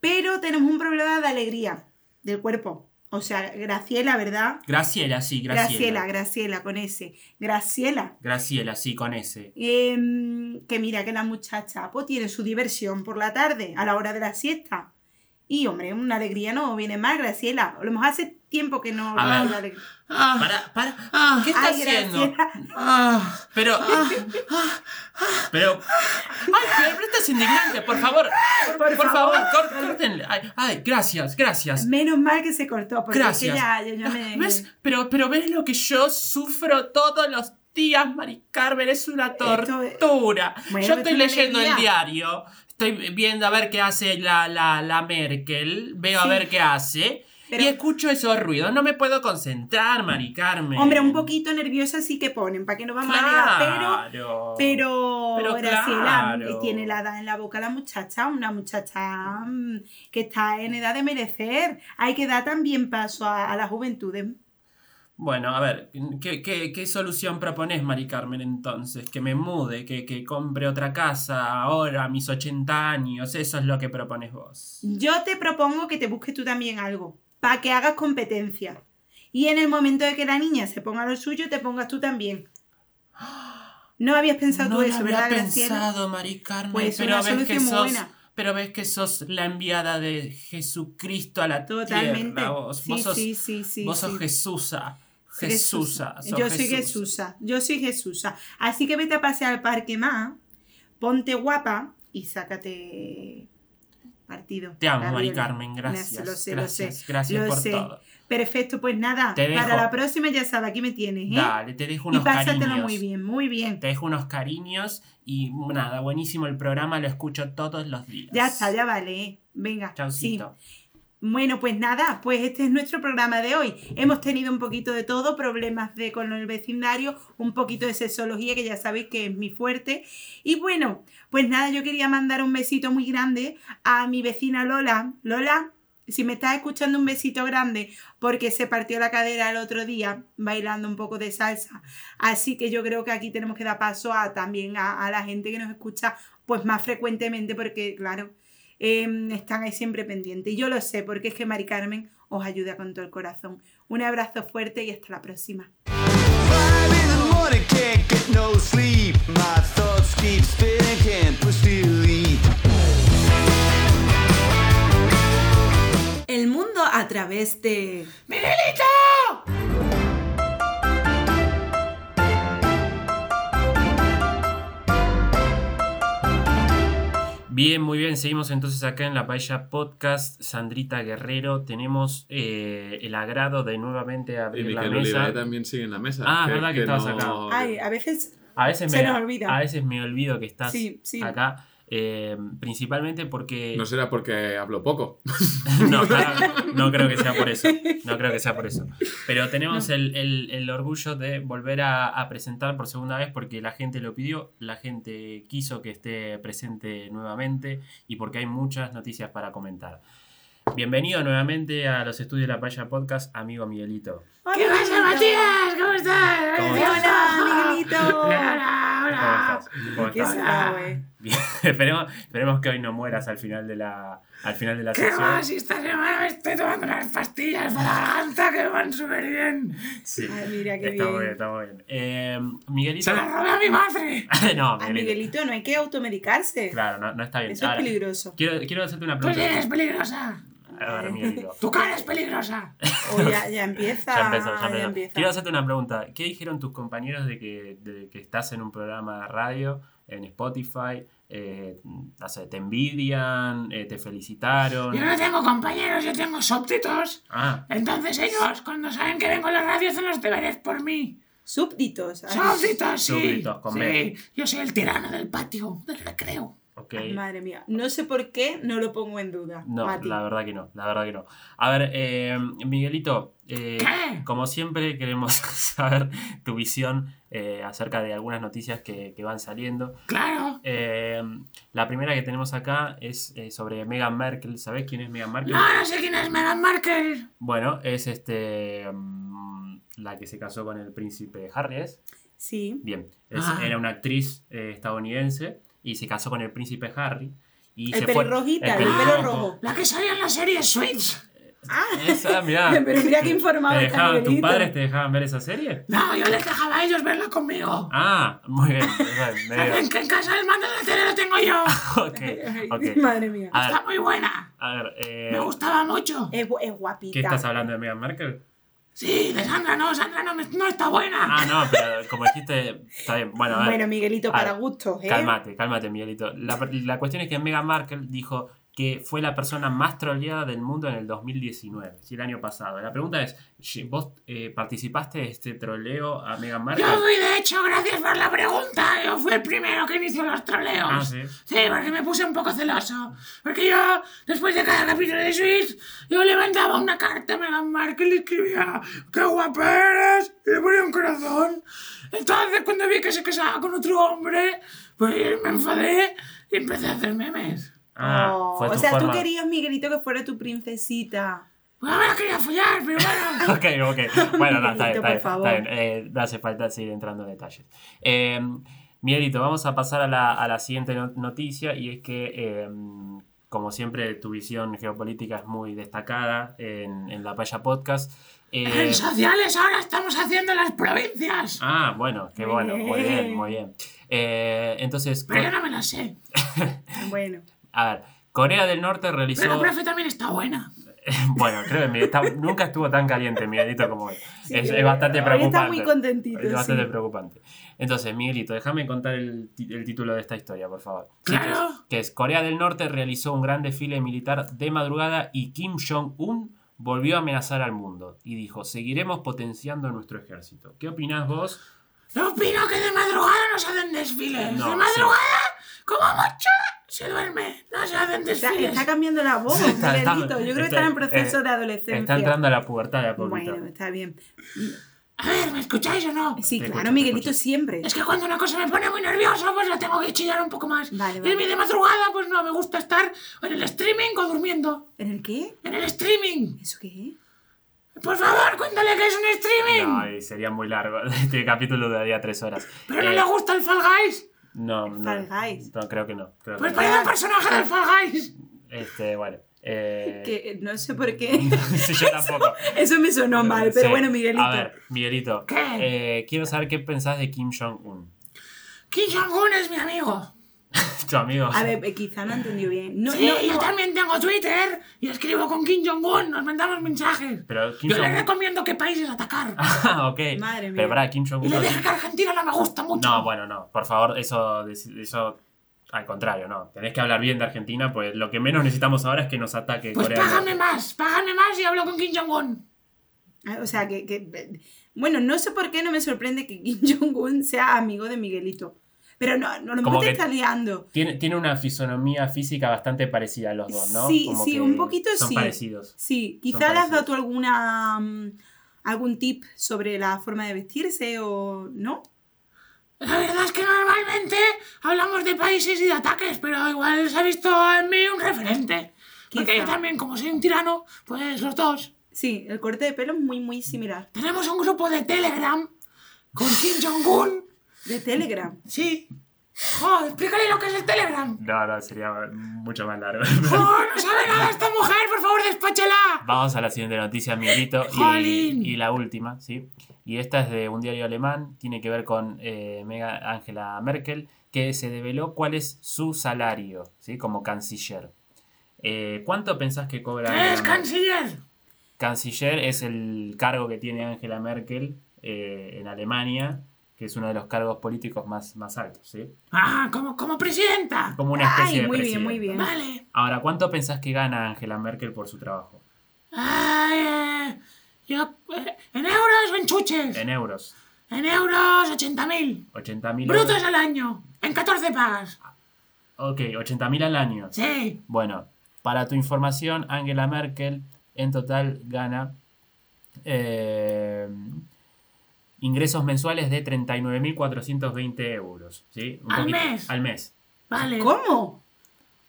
Speaker 3: pero tenemos un problema de alegría del cuerpo. O sea, Graciela, ¿verdad?
Speaker 1: Graciela, sí,
Speaker 3: Graciela,
Speaker 1: Graciela.
Speaker 3: Graciela, con ese. Graciela,
Speaker 1: Graciela, sí, con ese.
Speaker 3: em, que mira que la muchacha pues, tiene su diversión por la tarde, a la hora de la siesta. Y hombre, una alegría no viene mal, Graciela. A lo mejor hace tiempo que no
Speaker 1: A
Speaker 3: no
Speaker 1: ver.
Speaker 3: habla de-
Speaker 4: Ah,
Speaker 1: Para, para.
Speaker 4: ah,
Speaker 1: ¿Qué está
Speaker 3: Ay,
Speaker 1: haciendo?
Speaker 3: Graciela.
Speaker 4: ah.
Speaker 1: Pero. Pero. Ay, pero, pero esto es indignante, por favor. Por, por favor, cor- córtenle. Ay, ay, gracias, gracias.
Speaker 3: Menos mal que se cortó, porque
Speaker 1: Gracias.
Speaker 3: es que ya, yo ya me-
Speaker 1: ¿Ves? Pero, pero ves lo que yo sufro todos los días, Mari Carmen. Es una
Speaker 3: Esto es-
Speaker 1: tortura.
Speaker 3: Bueno,
Speaker 1: yo
Speaker 3: es
Speaker 1: estoy
Speaker 3: una
Speaker 1: leyendo el
Speaker 3: alegría.
Speaker 1: diario. Estoy viendo a ver qué hace la, la, la Merkel. Veo
Speaker 3: Sí.
Speaker 1: a ver qué hace.
Speaker 3: Pero-
Speaker 1: Y escucho esos ruidos. No me puedo concentrar, Mari Carmen.
Speaker 3: Hombre, un poquito nerviosa sí que ponen, para que no vamos a negar,
Speaker 1: Claro.
Speaker 3: pero... Pero,
Speaker 1: Pero
Speaker 3: Graciela
Speaker 1: claro.
Speaker 3: tiene la edad en la boca la muchacha, una muchacha mm, que está en edad de merecer. Hay que dar también paso a, a la juventud. ¿eh?
Speaker 1: Bueno, a ver, ¿qué, qué, qué solución propones, Mari Carmen, entonces? ¿Que me mude? ¿Que, que compre otra casa ahora, a mis 80 años? Eso es lo que propones vos.
Speaker 3: Yo te propongo que te busques tú también algo, para que hagas competencia. Y en el momento de que la niña se ponga lo suyo, te pongas tú también. No habías pensado
Speaker 1: no
Speaker 3: tú
Speaker 1: lo
Speaker 3: eso,
Speaker 1: había
Speaker 3: ¿verdad, Graciela?
Speaker 1: pensado, Mari Carmen,
Speaker 3: Pues
Speaker 1: pero
Speaker 3: una
Speaker 1: ves que
Speaker 3: solución muy
Speaker 1: sos...
Speaker 3: buena.
Speaker 1: pero ves que sos la enviada de Jesucristo a la
Speaker 3: Totalmente.
Speaker 1: tierra. Vos,
Speaker 3: Sí,
Speaker 1: vos sos,
Speaker 3: sí, sí, sí,
Speaker 1: vos sos
Speaker 3: sí.
Speaker 1: Jesusa. Jesusa. sos
Speaker 3: Yo soy
Speaker 1: Jesús.
Speaker 3: Jesusa. Yo soy Jesusa. Así que vete a pasear al parque más, ponte guapa y sácate partido.
Speaker 1: Te amo, Mari
Speaker 3: Gabriela.
Speaker 1: Carmen. Gracias.
Speaker 3: Lo sé, lo sé,
Speaker 1: gracias,
Speaker 3: lo sé.
Speaker 1: gracias
Speaker 3: Lo
Speaker 1: por
Speaker 3: sé.
Speaker 1: todo.
Speaker 3: Perfecto, pues nada.
Speaker 1: Te
Speaker 3: para
Speaker 1: dejo.
Speaker 3: la próxima ya sabes, aquí me tienes, ¿eh?
Speaker 1: Dale, te dejo
Speaker 3: y
Speaker 1: unos
Speaker 3: pásatelo
Speaker 1: cariños.
Speaker 3: muy bien, muy bien.
Speaker 1: Te dejo unos cariños y nada, buenísimo el programa, lo escucho todos los días.
Speaker 3: Ya está, ya vale. ¿eh? Venga. sí.
Speaker 1: Chaucito.
Speaker 3: Bueno, pues nada, pues este es nuestro programa de hoy. Hemos tenido un poquito de todo, problemas de con el vecindario, un poquito de sexología, que ya sabéis que es mi fuerte. Y bueno, pues nada, yo quería mandar un besito muy grande a mi vecina Lola. Lola, si me estás escuchando un besito grande, porque se partió la cadera el otro día bailando un poco de salsa. Así que yo creo que aquí tenemos que dar paso a también a, a la gente que nos escucha pues más frecuentemente, porque claro, eh, están ahí siempre pendientes. Y yo lo sé, porque es que Mari Carmen os ayuda con todo el corazón. Un abrazo fuerte y hasta la próxima.
Speaker 5: Five in the morning, can't get no sleep. My thoughts keep spinning, can't push the lead.
Speaker 3: El mundo a través de...
Speaker 1: Bien, muy bien, seguimos entonces acá en la Paella Podcast. Sandrita Guerrero, tenemos eh, el agrado de nuevamente
Speaker 4: Y
Speaker 1: abrir la
Speaker 4: Miquel
Speaker 1: mesa.
Speaker 4: Olivares también sigue en la mesa.
Speaker 1: Ah, verdad que estabas
Speaker 4: no-
Speaker 3: Ay, a veces...
Speaker 1: A veces,
Speaker 3: Se
Speaker 1: me,
Speaker 3: nos olvida.
Speaker 1: a veces me olvido que estás
Speaker 3: Sí, sí.
Speaker 1: acá, eh, principalmente porque...
Speaker 4: No será porque hablo poco.
Speaker 1: No, no, no creo que sea por eso. No creo que sea por eso. Pero tenemos el, el- el orgullo de volver a, a presentar por segunda vez porque la gente lo pidió, la gente quiso que esté presente nuevamente y porque hay muchas noticias para comentar. Bienvenido nuevamente a los estudios de la Paya Podcast, amigo Miguelito.
Speaker 3: ¡Qué vaya, Matías! ¿Cómo estás?
Speaker 1: ¿Cómo
Speaker 3: ¡Hola, Miguelito!
Speaker 1: Hola, ¿Cómo
Speaker 3: Ah, ¡Qué
Speaker 1: estás? ¿Cómo estás?
Speaker 3: será, güey?
Speaker 1: Bien, esperemos, esperemos que hoy no mueras al final de la, al final de la sesión.
Speaker 4: esta semana me estoy tomando unas pastillas para la garganta que van súper bien.
Speaker 1: Sí.
Speaker 3: Ay, mira, qué
Speaker 1: Está muy bien,
Speaker 3: bien.
Speaker 1: está muy bien. Eh, Miguelito.
Speaker 4: robé a mi madre.
Speaker 1: no,
Speaker 3: A
Speaker 1: Miguelito.
Speaker 3: Miguelito no hay que automedicarse.
Speaker 1: Claro, no, no está bien.
Speaker 3: Eso es
Speaker 1: Ahora,
Speaker 3: peligroso.
Speaker 1: quiero, quiero hacerte una pregunta.
Speaker 4: peligrosa.
Speaker 1: A ver, Miguelito.
Speaker 4: Tu cara es peligrosa.
Speaker 3: O ya, ya empieza.
Speaker 1: Ya empezó, ya
Speaker 3: ya
Speaker 1: empezó.
Speaker 3: empieza.
Speaker 1: Quiero hacerte una pregunta. ¿Qué dijeron tus compañeros de que, de que estás en un programa de radio, en Spotify? Eh, no sé, ¿Te envidian? Eh, ¿Te felicitaron?
Speaker 6: Yo no tengo compañeros, yo tengo súbditos.
Speaker 1: Ah,
Speaker 6: Entonces ellos, cuando saben que vengo a la radio, hacen los deberes por mí.
Speaker 3: Súbditos. ay,
Speaker 6: Súbditos, sí.
Speaker 1: Súbditos, con B.
Speaker 6: sí. Yo soy el tirano del patio, del recreo.
Speaker 1: ok.
Speaker 3: Madre mía. No sé por qué no lo pongo en duda.
Speaker 1: No,
Speaker 3: Mati.
Speaker 1: la verdad que no, la verdad que no. A ver, eh, Miguelito, eh,
Speaker 6: ¿Qué?
Speaker 1: como siempre queremos saber tu visión eh, acerca de algunas noticias que, que van saliendo.
Speaker 6: Claro.
Speaker 1: Eh, la primera que tenemos acá es eh, sobre Meghan Merkel. ¿Sabés quién es Meghan Merkel?
Speaker 6: No, no sé quién es Meghan Markle.
Speaker 1: Bueno, es este mm, la que se casó con el príncipe Harry. ¿es?
Speaker 3: Sí.
Speaker 1: Bien, es-
Speaker 6: Ah.
Speaker 1: era una actriz eh, estadounidense y se casó con el príncipe Harry. Y
Speaker 3: El
Speaker 1: se
Speaker 3: pelo
Speaker 1: fue-
Speaker 3: rojita, el
Speaker 1: pelirrojo.
Speaker 3: pelo rojo.
Speaker 6: La que salió en la serie Switch.
Speaker 3: Ah.
Speaker 1: Esa, mirá.
Speaker 3: Pero mira qué informado
Speaker 1: ¿Te
Speaker 3: está
Speaker 1: dejaban- ¿Tus
Speaker 3: Miguelito.
Speaker 1: padres te dejaban ver esa serie?
Speaker 6: No, yo les dejaba a ellos verla conmigo.
Speaker 1: Ah, muy bien. perdón,
Speaker 6: Saben
Speaker 1: medio-
Speaker 6: que en casa el mando de la tele lo tengo yo.
Speaker 1: Ok, ok. Ah.
Speaker 3: Madre mía.
Speaker 1: A ver,
Speaker 6: Está muy buena.
Speaker 1: a ver eh,
Speaker 6: Me gustaba mucho.
Speaker 3: Es, gu- es
Speaker 1: ¿qué
Speaker 3: guapita.
Speaker 1: estás hablando de Meghan Markle?
Speaker 6: Sí, de Sandra no, Sandra no, me- no está buena.
Speaker 1: Ah, no, pero como dijiste, está bien. Bueno, a ver.
Speaker 3: Bueno, Miguelito,
Speaker 1: A
Speaker 3: para
Speaker 1: ver,
Speaker 3: gustos, ¿eh?
Speaker 1: Cálmate, cálmate, Miguelito. La, la cuestión es que Meghan Markle dijo que fue la persona más troleada del mundo en el 2019, sí, el año pasado. La pregunta es, ¿ye- ¿vos eh, participaste de este troleo a Meghan Markle?
Speaker 6: Yo fui, de hecho, gracias por la pregunta. Yo fui el primero que inició los troleos.
Speaker 1: Ah, sí.
Speaker 6: Sí, porque me puse un poco celoso. Porque yo, después de cada capítulo de Swiss, yo levantaba una carta a Meghan Markle y le escribía ¡Qué guapa eres! Y le ponía un corazón. Entonces, cuando vi que se casaba con otro hombre, pues me enfadé y empecé a hacer memes.
Speaker 1: Ah,
Speaker 3: Oh,
Speaker 1: fue
Speaker 3: o
Speaker 1: tu
Speaker 3: sea,
Speaker 1: forma.
Speaker 3: tú querías, Miguelito, que fuera tu princesita.
Speaker 6: Pues ahora quería follar, pero bueno.
Speaker 1: Ok, ok. Bueno, no, está bien, está
Speaker 3: Miguelito,
Speaker 1: bien.
Speaker 3: por
Speaker 1: está bien. Eh, no hace falta seguir entrando en detalles. Eh, Miguelito, vamos a pasar a la, a la siguiente no- noticia y es que, eh, como siempre, tu visión geopolítica es muy destacada en, en la Paya Podcast. Eh,
Speaker 6: En sociales ahora estamos haciendo las provincias.
Speaker 1: ah, bueno, qué bueno, muy bien,
Speaker 3: Bien.
Speaker 1: muy bien. Eh, entonces,
Speaker 6: Pero yo
Speaker 1: co-
Speaker 6: no me las sé.
Speaker 3: Bueno,
Speaker 1: a ver, Corea del Norte realizó.
Speaker 4: Pero la profe también está buena.
Speaker 1: bueno, créeme, está- nunca estuvo tan caliente Miguelito como hoy.
Speaker 3: Sí,
Speaker 1: es, es bastante
Speaker 3: hoy
Speaker 1: preocupante.
Speaker 3: Está muy contentito.
Speaker 1: Es bastante
Speaker 3: sí.
Speaker 1: preocupante. Entonces, Miguelito, déjame contar el, ti- el título de esta historia, por favor. Sí, que es-
Speaker 4: Claro.
Speaker 1: que es Corea del Norte realizó un gran desfile militar de madrugada y Kim Jong-un volvió a amenazar al mundo y dijo, seguiremos potenciando nuestro ejército. ¿Qué opinás vos?
Speaker 4: Yo opino que de madrugada no se hacen desfiles.
Speaker 1: No,
Speaker 4: de
Speaker 1: sí.
Speaker 4: madrugada, como mucho, se duerme. No se hacen
Speaker 3: Está,
Speaker 4: desfiles.
Speaker 3: está cambiando la voz,
Speaker 1: Está- está-
Speaker 3: Miguelito. Yo creo que
Speaker 1: está-
Speaker 3: está en proceso
Speaker 1: eh,
Speaker 3: de adolescencia.
Speaker 1: Está entrando a la pubertad de a poquito.
Speaker 3: Bueno, está bien.
Speaker 4: A ver, ¿me escucháis o no?
Speaker 3: Sí,
Speaker 1: Te
Speaker 3: claro,
Speaker 1: escucho, te
Speaker 3: Miguelito
Speaker 1: escucho.
Speaker 3: siempre.
Speaker 4: Es que cuando una cosa me pone muy nerviosa, pues la tengo que chillar un poco más.
Speaker 3: Vale,
Speaker 4: Y a mí
Speaker 3: vale.
Speaker 4: de madrugada, pues no, me gusta estar en el streaming o durmiendo.
Speaker 3: ¿En el qué?
Speaker 4: En el streaming.
Speaker 3: ¿Eso qué es?
Speaker 4: Por favor, cuéntale que es un streaming.
Speaker 1: No, eh, y sería muy largo. Este capítulo duraría tres horas.
Speaker 4: Pero no
Speaker 1: Eh,
Speaker 4: le gusta el Fall Guys.
Speaker 1: No, no,
Speaker 3: Fall Guys.
Speaker 1: no, creo que no. creo que
Speaker 4: Pues
Speaker 1: no.
Speaker 4: parece un personaje del Fall Guys.
Speaker 1: Este, bueno. eh,
Speaker 3: Que eh, no sé por qué.
Speaker 1: sí, yo tampoco.
Speaker 3: Eso me sonó mal, pero
Speaker 1: Sí.
Speaker 3: bueno, Miguelito.
Speaker 1: A ver, Miguelito.
Speaker 4: ¿Qué?
Speaker 1: eh, quiero saber qué pensás de Kim Jong-un.
Speaker 4: Kim Jong-un es mi amigo.
Speaker 1: Tu amigo.
Speaker 3: A ver, eh, quizá no entendió bien. No,
Speaker 4: Sí,
Speaker 3: no,
Speaker 4: yo
Speaker 3: no.
Speaker 4: también tengo Twitter y escribo con Kim Jong-un, nos mandamos mensajes.
Speaker 1: Pero Kim
Speaker 4: Yo le
Speaker 1: Jong-un.
Speaker 4: recomiendo que países atacar.
Speaker 1: Ah, ok.
Speaker 3: Madre mía.
Speaker 1: Pero para Kim
Speaker 4: Y
Speaker 1: Jong-un.
Speaker 4: le
Speaker 1: no-
Speaker 4: dije que Argentina no me gusta mucho.
Speaker 1: No, bueno, no. Por favor, eso, deci- eso. Al contrario, no. Tenés que hablar bien de Argentina, pues lo que menos necesitamos ahora es que nos ataque
Speaker 4: pues
Speaker 1: Corea. del
Speaker 4: págame
Speaker 1: Norte.
Speaker 4: más, págame más y hablo con Kim Jong-un.
Speaker 3: Ah, O sea, que, que- Bueno, no sé por qué no me sorprende que Kim Jong-un sea amigo de Miguelito. Pero no, no lo
Speaker 1: Como
Speaker 3: mejor te
Speaker 1: que-
Speaker 3: está liando.
Speaker 1: Tiene, tiene una fisonomía física bastante parecida a los dos, ¿no?
Speaker 3: Sí,
Speaker 1: Como
Speaker 3: sí,
Speaker 1: que
Speaker 3: un poquito
Speaker 1: son
Speaker 3: sí.
Speaker 1: parecidos.
Speaker 3: Sí,
Speaker 1: Son
Speaker 3: quizá le has
Speaker 1: parecidos.
Speaker 3: dado tú alguna. mm, algún tip sobre la forma de vestirse o. ¿No?
Speaker 4: La verdad es que normalmente hablamos de países y de ataques, pero igual se ha visto en mí un referente. Porque
Speaker 3: Quizá.
Speaker 4: yo también, como soy un tirano, pues los dos.
Speaker 3: Sí, el corte de pelo es muy, muy similar.
Speaker 4: Tenemos un grupo de Telegram con Kim Jong-un.
Speaker 3: De Telegram.
Speaker 4: Sí. Oh, explícale lo que es el Telegram.
Speaker 1: No, no, sería mucho más largo.
Speaker 4: ¡Oh, no sabe nada esta mujer! ¡Por favor, despáchala!
Speaker 1: Vamos a la siguiente noticia, amiguito.
Speaker 4: ¡Jolín!
Speaker 1: Y, y la última, ¿sí? Y esta es de un diario alemán, tiene que ver con eh, Mega Angela Merkel, que se develó cuál es su salario, ¿sí? Como canciller. Eh, ¿Cuánto pensás que
Speaker 3: ¡Eh,
Speaker 1: cobra Angela
Speaker 4: ¡Es
Speaker 1: Merkel?
Speaker 4: canciller!
Speaker 1: Canciller es el cargo que tiene Angela Merkel eh, en Alemania, que es uno de los cargos políticos más, más altos, ¿sí?
Speaker 4: Ah, como, como presidenta.
Speaker 1: Como una especie
Speaker 3: Ay,
Speaker 1: de
Speaker 3: muy bien,
Speaker 1: presidenta.
Speaker 3: muy bien.
Speaker 4: Vale.
Speaker 1: Ahora, ¿cuánto pensás que gana Angela Merkel por su trabajo?
Speaker 4: Ay, eh, yo, eh, en euros o en chuches.
Speaker 1: En euros.
Speaker 4: En euros, 80.000.
Speaker 1: 80.000
Speaker 4: Brutos
Speaker 1: euros.
Speaker 4: al año. En 14 pagas.
Speaker 1: Ok, 80.000 al año.
Speaker 4: Sí.
Speaker 1: Bueno, para tu información, Angela Merkel en total gana eh, ingresos mensuales de 39.420 euros. ¿sí? Un
Speaker 4: Al mes.
Speaker 1: Al mes.
Speaker 4: Vale.
Speaker 3: ¿Cómo?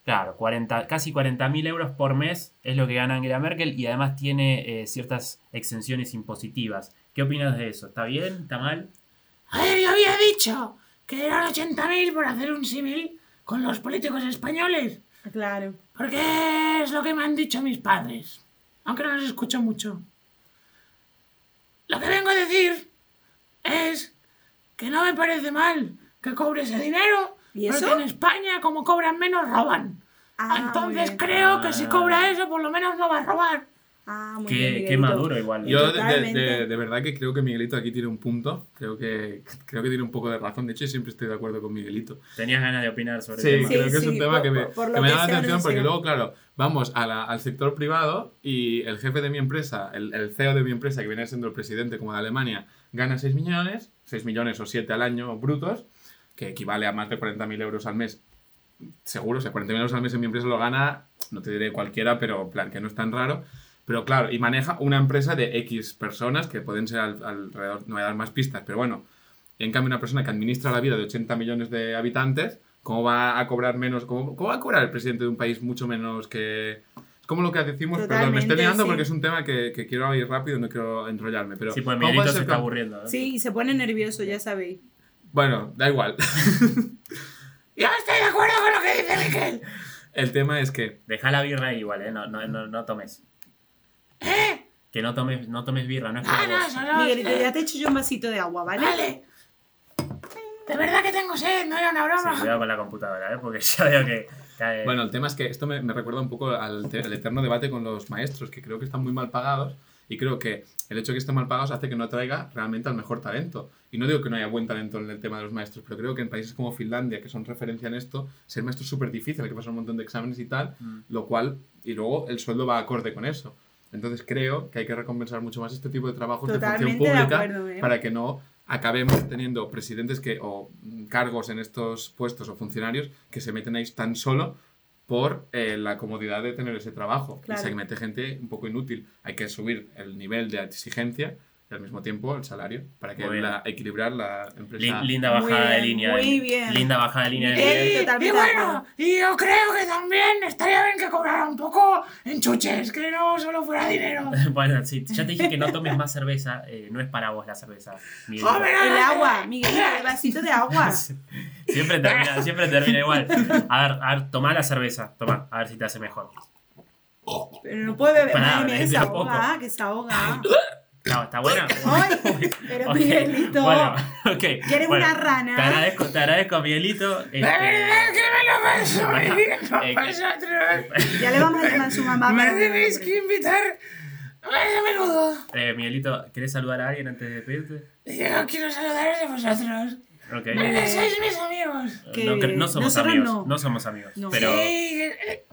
Speaker 1: Claro, 40, casi 40.000 euros por mes es lo que gana Angela Merkel y además tiene eh, ciertas exenciones impositivas. ¿Qué opinas de eso? ¿Está bien? ¿Está mal?
Speaker 4: A ver, yo había dicho que eran 80.000 por hacer un símil con los políticos españoles.
Speaker 3: Claro.
Speaker 4: Porque es lo que me han dicho mis padres. Aunque no los escucho mucho. Lo que vengo a decir es que no me parece mal que cobre ese dinero.
Speaker 3: ¿Y eso?
Speaker 4: Porque en España, como cobran menos, roban.
Speaker 3: Ah, muy
Speaker 4: Entonces
Speaker 3: bien.
Speaker 4: creo que si cobra eso, por lo menos no va a robar.
Speaker 3: Ah, muy
Speaker 1: Qué,
Speaker 3: bien,
Speaker 1: qué
Speaker 3: Miguelito.
Speaker 1: maduro igual.
Speaker 6: Yo de- de,
Speaker 3: Totalmente.
Speaker 6: de- de verdad que creo que Miguelito aquí tiene un punto. Creo que, creo que tiene un poco de razón. De hecho, siempre estoy de acuerdo con Miguelito.
Speaker 1: Tenías ganas de opinar sobre
Speaker 6: Sí,
Speaker 1: el tema.
Speaker 6: creo que es un
Speaker 3: sí,
Speaker 6: tema
Speaker 3: por-
Speaker 6: que me,
Speaker 3: por- por lo
Speaker 6: que me
Speaker 3: que
Speaker 6: llama
Speaker 3: sea,
Speaker 6: la
Speaker 3: no
Speaker 6: atención porque
Speaker 3: sea.
Speaker 6: luego, claro, vamos a la- al sector privado y el jefe de mi empresa, el, el CEO de mi empresa, que viene siendo el presidente como de Alemania, gana 6 millones, 6 millones o 7 al año brutos, que equivale a más de 40.000 euros al mes. Seguro, o sea, 40.000 euros al mes en mi empresa lo gana, no te diré cualquiera, pero en plan que no es tan raro. Pero claro, y maneja una empresa de X personas, que pueden ser al- alrededor, no voy a dar más pistas, pero bueno, en cambio, una persona que administra la vida de 80 millones de habitantes, ¿cómo va a cobrar menos? ¿Cómo, cómo va a cobrar el presidente de un país mucho menos que.? Es como lo que decimos, perdón, me
Speaker 3: Totalmente,
Speaker 6: estoy liando
Speaker 3: sí.
Speaker 6: porque es un tema que, que quiero ir rápido, no quiero enrollarme. Pero
Speaker 1: Sí, pues
Speaker 6: ¿cómo
Speaker 1: Miguelito
Speaker 6: puede
Speaker 1: se
Speaker 6: ser
Speaker 1: está
Speaker 6: que-
Speaker 1: aburriendo. ¿eh?
Speaker 3: Sí, y se pone nervioso, ya sabéis.
Speaker 6: Bueno, da igual.
Speaker 4: Yo estoy de acuerdo con lo que dice Miquel.
Speaker 6: el tema es que.
Speaker 1: Deja la birra ahí igual, ¿eh? No, no, no, no tomes.
Speaker 4: ¿Eh?
Speaker 1: Que no tomes, no tomes birra, no es
Speaker 4: Ah,
Speaker 1: para
Speaker 4: no,
Speaker 1: vos.
Speaker 4: solo-
Speaker 3: Miguelito, ya te echo yo un vasito de agua, ¿vale?
Speaker 4: Vale. De verdad que tengo sed, no era una
Speaker 1: Sí,
Speaker 4: broma.
Speaker 1: cuidado con la computadora, ¿eh? Porque ya veo que, Cae-
Speaker 6: Bueno, el tema es que esto me, me recuerda un poco al, te- al eterno debate con los maestros, que creo que están muy mal pagados y creo que el hecho de que estén mal pagados hace que no traiga realmente al mejor talento. Y no digo que no haya buen talento en el tema de los maestros, pero creo que en países como Finlandia, que son referencia en esto, ser maestro es súper difícil, hay que pasar un montón de exámenes y tal, lo cual, y luego el sueldo va acorde con eso. Entonces creo que hay que recompensar mucho más este tipo de trabajos de
Speaker 3: Totalmente de
Speaker 6: función pública
Speaker 3: acuerdo, ¿eh?
Speaker 6: para que no acabemos teniendo presidentes que, o mm, cargos en estos puestos o funcionarios que se meten ahí tan solo por eh, la comodidad de tener ese trabajo.
Speaker 3: Claro.
Speaker 6: Y se mete gente un poco inútil. Hay que subir el nivel de exigencia y al mismo tiempo el salario para que
Speaker 1: Muy bien.
Speaker 6: la- equilibrar la empresa.
Speaker 1: Lin- linda
Speaker 3: Muy
Speaker 1: bajada de
Speaker 3: bien,
Speaker 1: línea.
Speaker 3: muy
Speaker 1: de-
Speaker 3: bien.
Speaker 1: Linda bajada de línea. de-
Speaker 3: Eh,
Speaker 4: Y,
Speaker 3: totalmente
Speaker 4: y
Speaker 3: de
Speaker 4: bueno,
Speaker 3: acuerdo.
Speaker 4: y yo creo que también estaría bien que cobrara un poco en chuches, que no solo fuera dinero.
Speaker 1: bueno, sí, ya te dije que no tomes más cerveza. eh, no es para vos la cerveza. Miguel.
Speaker 4: Joder,
Speaker 3: El agua, Miguel, el vasito de agua.
Speaker 1: Siempre termina, siempre termina igual. A ver, a ver, tomá la cerveza. Tomá, a ver si te hace mejor.
Speaker 3: Pero no puede beber.
Speaker 1: Pará,
Speaker 3: Madre mía, que
Speaker 1: es de
Speaker 3: se
Speaker 1: a poco.
Speaker 3: ahoga, que se ahoga.
Speaker 1: No, ¿Está buena?
Speaker 3: Ay, pero
Speaker 1: Ok,
Speaker 3: Miguelito.
Speaker 1: Bueno, ok.
Speaker 3: que eres
Speaker 1: bueno,
Speaker 3: una rana.
Speaker 1: Te agradezco, te agradezco a Miguelito. este,
Speaker 4: De verdad que me lo paso bien
Speaker 1: Eh,
Speaker 4: con vosotros.
Speaker 3: Ya le vamos a llamar a su mamá.
Speaker 4: Me
Speaker 3: para que
Speaker 4: tenéis
Speaker 3: lo
Speaker 4: que invitar más a menudo.
Speaker 1: eh, Miguelito, ¿querés saludar a alguien antes de despedirte?
Speaker 4: Yo quiero saludaros a vosotros.
Speaker 1: Ok.
Speaker 4: Porque sois mis amigos.
Speaker 3: Qué
Speaker 1: No, cre-
Speaker 3: bien.
Speaker 1: no somos
Speaker 3: Nosotros
Speaker 1: amigos, no.
Speaker 3: no.
Speaker 1: somos amigos.
Speaker 3: No.
Speaker 1: Pero
Speaker 4: Sí, eh,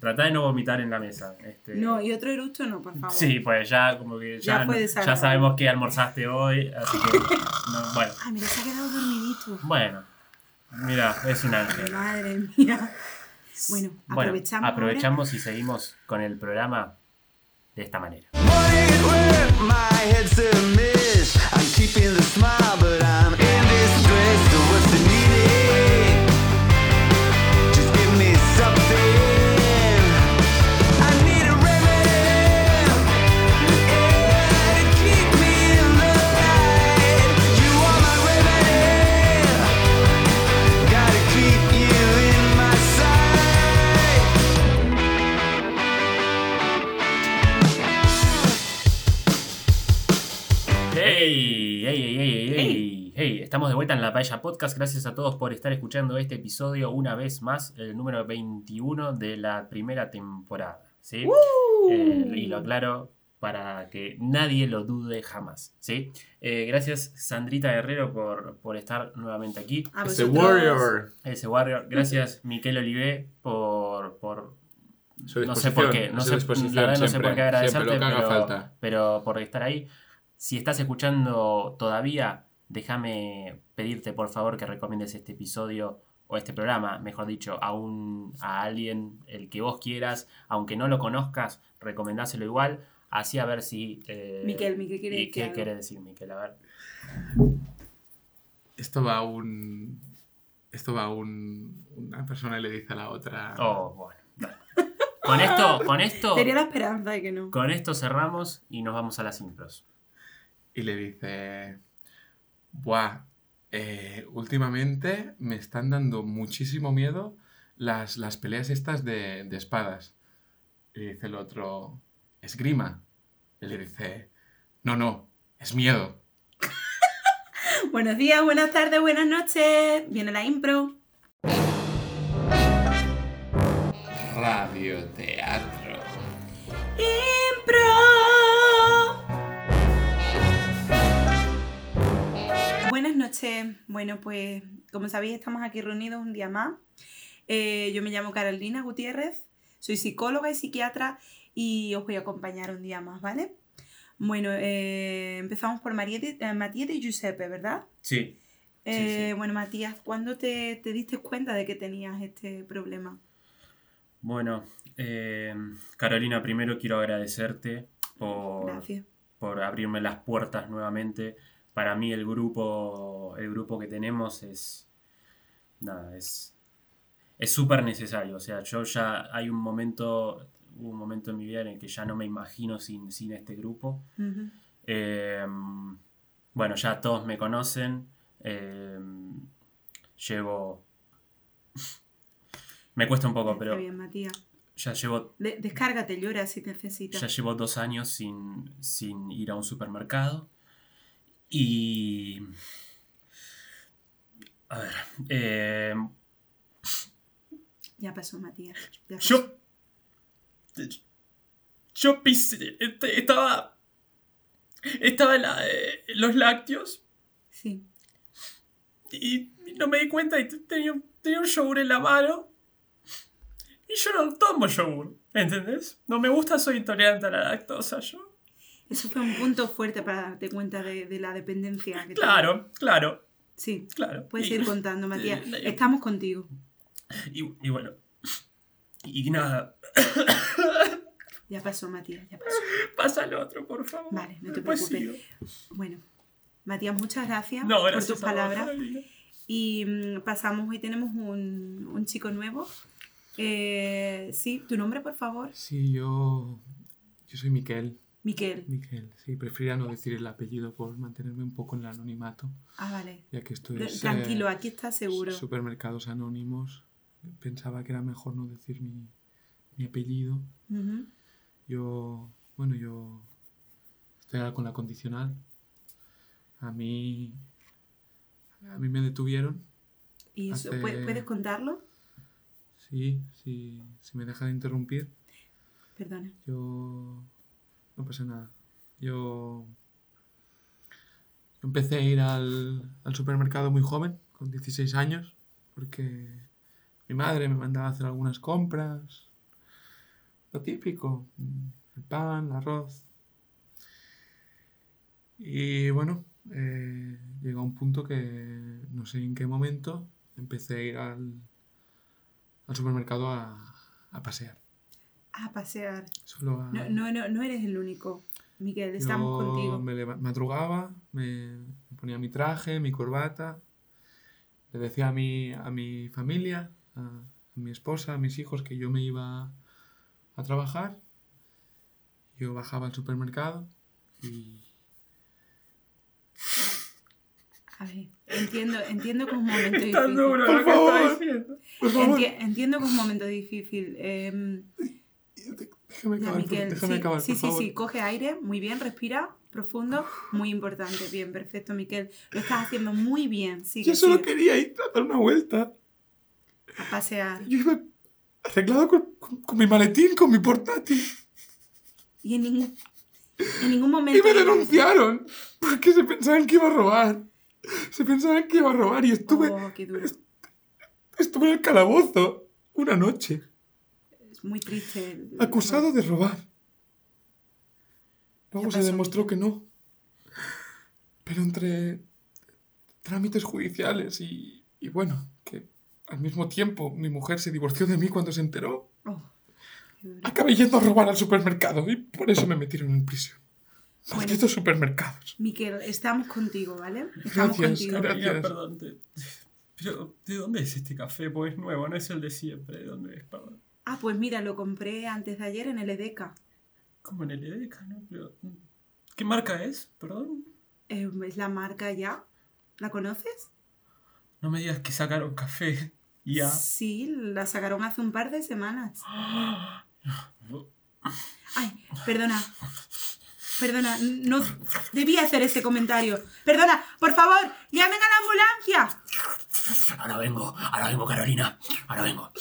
Speaker 1: tratá de no vomitar en la mesa. este.
Speaker 3: No, y otro eructo no, por favor.
Speaker 1: Sí, pues ya como que ya,
Speaker 3: Ya fue
Speaker 1: no-
Speaker 3: desagradable.
Speaker 1: ya sabemos que almorzaste hoy, así que no, bueno,
Speaker 3: Ay, mira, se ha quedado dormidito.
Speaker 1: bueno. Mira, es un ángel.
Speaker 3: Madre mía. Bueno,
Speaker 1: Bueno,
Speaker 3: aprovechamos. ahora.
Speaker 1: aprovechamos y seguimos con el programa de esta manera.
Speaker 5: Morning work, my head's a mess. I'm keeping the smile, but I'm in distress. So what's the needed? Just give me something. I need a remedy. Yeah, to keep me in the light. You are my remedy. Gotta keep you in my sight.
Speaker 1: ¡Hey! ¡Hey, hey, hey, hey! hey! Hey, estamos de vuelta en la Paella Podcast. Gracias a todos por estar escuchando este episodio una vez más, el número 21 de la primera temporada. ¿sí?
Speaker 3: ¡Uh!
Speaker 1: Eh, y lo aclaro para que nadie lo dude jamás. ¿sí? Eh, gracias, Sandrita Guerrero, por, por estar nuevamente aquí.
Speaker 3: A
Speaker 6: Ese
Speaker 3: vosotros.
Speaker 6: Este warrior.
Speaker 1: Ese Warrior. Gracias, Miquel Olivé, por. por
Speaker 6: Su
Speaker 1: no sé por
Speaker 6: disposición,
Speaker 1: qué. No
Speaker 6: su
Speaker 1: sé,
Speaker 6: disposición
Speaker 1: la verdad, no sé
Speaker 6: siempre,
Speaker 1: por qué agradecerte,
Speaker 6: siempre lo que haga
Speaker 1: pero,
Speaker 6: falta.
Speaker 1: pero por estar ahí. Si estás escuchando todavía, déjame pedirte por favor que recomiendes este episodio o este programa, mejor dicho, a, un, a alguien, el que vos quieras, aunque no lo conozcas, recomendáselo igual. Así a ver si. eh,
Speaker 3: Miquel, Miquel quiere
Speaker 1: ¿y
Speaker 3: decir
Speaker 1: ¿Qué
Speaker 3: algo.
Speaker 1: quiere decir, Miquel? A ver.
Speaker 6: Esto va a un. Esto va a un. Una persona y le dice a la otra.
Speaker 1: Oh, bueno. dale. Con esto, con esto.
Speaker 3: Tenía la esperanza de que no.
Speaker 1: Con esto cerramos y nos vamos a las impros.
Speaker 6: y le dice, Buah, eh, últimamente me están dando muchísimo miedo las, las peleas estas de, de espadas. Y dice el otro, esgrima. Y le dice, no, no, es miedo.
Speaker 3: Buenos días, buenas tardes, buenas noches. Viene la impro.
Speaker 6: Radioteatro.
Speaker 3: Impro. Buenas noches. Bueno, pues como sabéis estamos aquí reunidos un día más. Eh, yo me llamo Carolina Gutiérrez, soy psicóloga y psiquiatra y os voy a acompañar un día más, ¿vale? Bueno, eh, empezamos por María de, eh, Matías de Giuseppe, ¿verdad?
Speaker 1: Sí. Sí,
Speaker 3: Eh, Bueno, Matías, ¿cuándo te, te diste cuenta de que tenías este problema?
Speaker 1: Bueno, eh, Carolina, primero quiero agradecerte por,
Speaker 3: Gracias.
Speaker 1: por abrirme las puertas nuevamente. Para mí el grupo, el grupo que tenemos es... Nada, es... Es súper necesario. O sea, yo ya hay un momento, hubo un momento en mi vida en el que ya no me imagino sin, sin este grupo.
Speaker 3: Ujú.
Speaker 1: Eh, bueno, ya todos me conocen. eh, llevo. Me cuesta un poco,
Speaker 3: Está
Speaker 1: pero
Speaker 3: bien, Matías.
Speaker 1: ya llevo,
Speaker 3: De- descárgate, llora si necesitas.
Speaker 1: ya llevo dos años sin, sin ir a un supermercado. Y. A ver. eh,
Speaker 3: Ya pasó, Matías. ya pasó.
Speaker 1: Yo. Yo pisé. este- Estaba. Estaba en la- eh, los lácteos
Speaker 3: Sí.
Speaker 1: y no me di cuenta y te- tenía, tenía un yogur en la mano. Y yo no tomo yogur, ¿entendés? No me gusta, soy intolerante a la lactosa yo.
Speaker 3: Eso fue un punto fuerte para darte cuenta de, de la dependencia. que
Speaker 1: Claro, claro,
Speaker 3: tengo. Sí.
Speaker 1: claro.
Speaker 3: Puedes
Speaker 1: Y-
Speaker 3: ir contando, Matías.
Speaker 1: eh, eh.
Speaker 3: Estamos contigo.
Speaker 1: Y, y bueno. Y nada,
Speaker 3: Ya pasó, Matías, ya pasó.
Speaker 1: pasa al otro, por favor.
Speaker 3: Vale, no te
Speaker 1: Después
Speaker 3: preocupes.
Speaker 1: sigo.
Speaker 3: Bueno, Matías, muchas gracias,
Speaker 1: No,
Speaker 3: por
Speaker 1: gracias
Speaker 3: tus
Speaker 1: a vos,
Speaker 3: palabras.
Speaker 1: Carolina.
Speaker 3: Y mm, pasamos, hoy tenemos un, un chico nuevo. Eh, sí, tu nombre, por favor.
Speaker 6: Sí, yo. Yo soy Miquel.
Speaker 3: Miquel.
Speaker 6: Miquel, sí, prefería no decir el apellido por mantenerme un poco en el anonimato,
Speaker 3: Ah, vale.
Speaker 6: ya que esto
Speaker 3: De-
Speaker 6: es.
Speaker 3: Tranquilo,
Speaker 6: eh,
Speaker 3: aquí estás seguro.
Speaker 6: Supermercados anónimos. Pensaba que era mejor no decir mi, mi apellido.
Speaker 3: Ujú.
Speaker 6: Yo, bueno, yo estoy ahora con la condicional. A mí, a mí me detuvieron.
Speaker 3: ¿Y eso,
Speaker 6: Hace-
Speaker 3: ¿pue- puedes contarlo?
Speaker 6: Sí, sí, si me deja de interrumpir,
Speaker 3: Perdona.
Speaker 6: yo no pasa nada. Yo, yo empecé a ir al, al supermercado muy joven, con 16 años, porque mi madre me mandaba a hacer algunas compras. Lo típico, mm, el pan, el arroz. Y bueno, eh, llegó un punto que no sé en qué momento empecé a ir al, al supermercado a, a pasear.
Speaker 3: A Ah, pasear.
Speaker 6: Solo a,
Speaker 3: No, no, no, no eres el único, Miquel, estamos
Speaker 6: yo
Speaker 3: contigo.
Speaker 6: Me leva- madrugaba, me, me ponía mi traje, mi corbata. Le decía a mi, a mi familia, a, a mi esposa, a mis hijos que yo me iba a trabajar. Yo bajaba al supermercado y
Speaker 3: A ver, entiendo, entiendo que es un momento difícil.
Speaker 1: Tan duro lo que está diciendo.
Speaker 3: Enti- entiendo que es un momento difícil. em,
Speaker 6: déjame
Speaker 3: ya,
Speaker 6: acabar, por-
Speaker 3: Miquel,
Speaker 6: déjame
Speaker 3: sí,
Speaker 6: acabar,
Speaker 3: sí,
Speaker 6: por
Speaker 3: sí,
Speaker 6: favor.
Speaker 3: sí, coge aire, muy bien, respira, profundo, muy importante, bien, perfecto, Miquel. Lo estás haciendo muy bien, sigue,
Speaker 6: Yo solo
Speaker 3: sigue,
Speaker 6: quería ir a dar una vuelta.
Speaker 3: a pasear.
Speaker 6: Yo iba arreglado con, con- con mi maletín, con mi portátil.
Speaker 3: Y en ningún, en ningún
Speaker 6: Y
Speaker 3: momento...
Speaker 6: me denunciaron porque se pensaban que iba a robar. Se pensaban que iba a robar y estuve...
Speaker 3: Oh, qué duro.
Speaker 6: Estuve en el calabozo una noche,
Speaker 3: Es muy triste.
Speaker 6: acusado de robar. Luego
Speaker 3: Ya
Speaker 6: se
Speaker 3: pasó,
Speaker 6: demostró que no. Pero entre trámites judiciales y, y bueno, que al mismo tiempo mi mujer se divorció de mí cuando se enteró,
Speaker 3: Oh, qué duro.
Speaker 6: acabé yendo a robar al supermercado y por eso me metieron en prisión. Malditos supermercados.
Speaker 3: Miquel, estamos contigo, ¿vale? Estamos
Speaker 6: Gracias,
Speaker 3: contigo.
Speaker 1: Carolina,
Speaker 6: gracias.
Speaker 1: perdón. te- Pero, ¿de dónde es este café? Pues es nuevo, no es el de siempre. ¿De dónde es? Perdón.
Speaker 3: Ah, pues mira, lo compré antes de ayer en el EDECA.
Speaker 1: Como en el EDECA, ¿no? Pero, ¿Qué marca es? Perdón.
Speaker 3: Eh, es la marca ya. ¿La conoces?
Speaker 1: No me digas que sacaron café. Ya.
Speaker 3: Sí, la sacaron hace un par de semanas. Ay, perdona. Perdona, no debía hacer este comentario. Perdona, por favor, llamen a la ambulancia.
Speaker 1: Ahora vengo, ahora vengo, Carolina. Ahora vengo.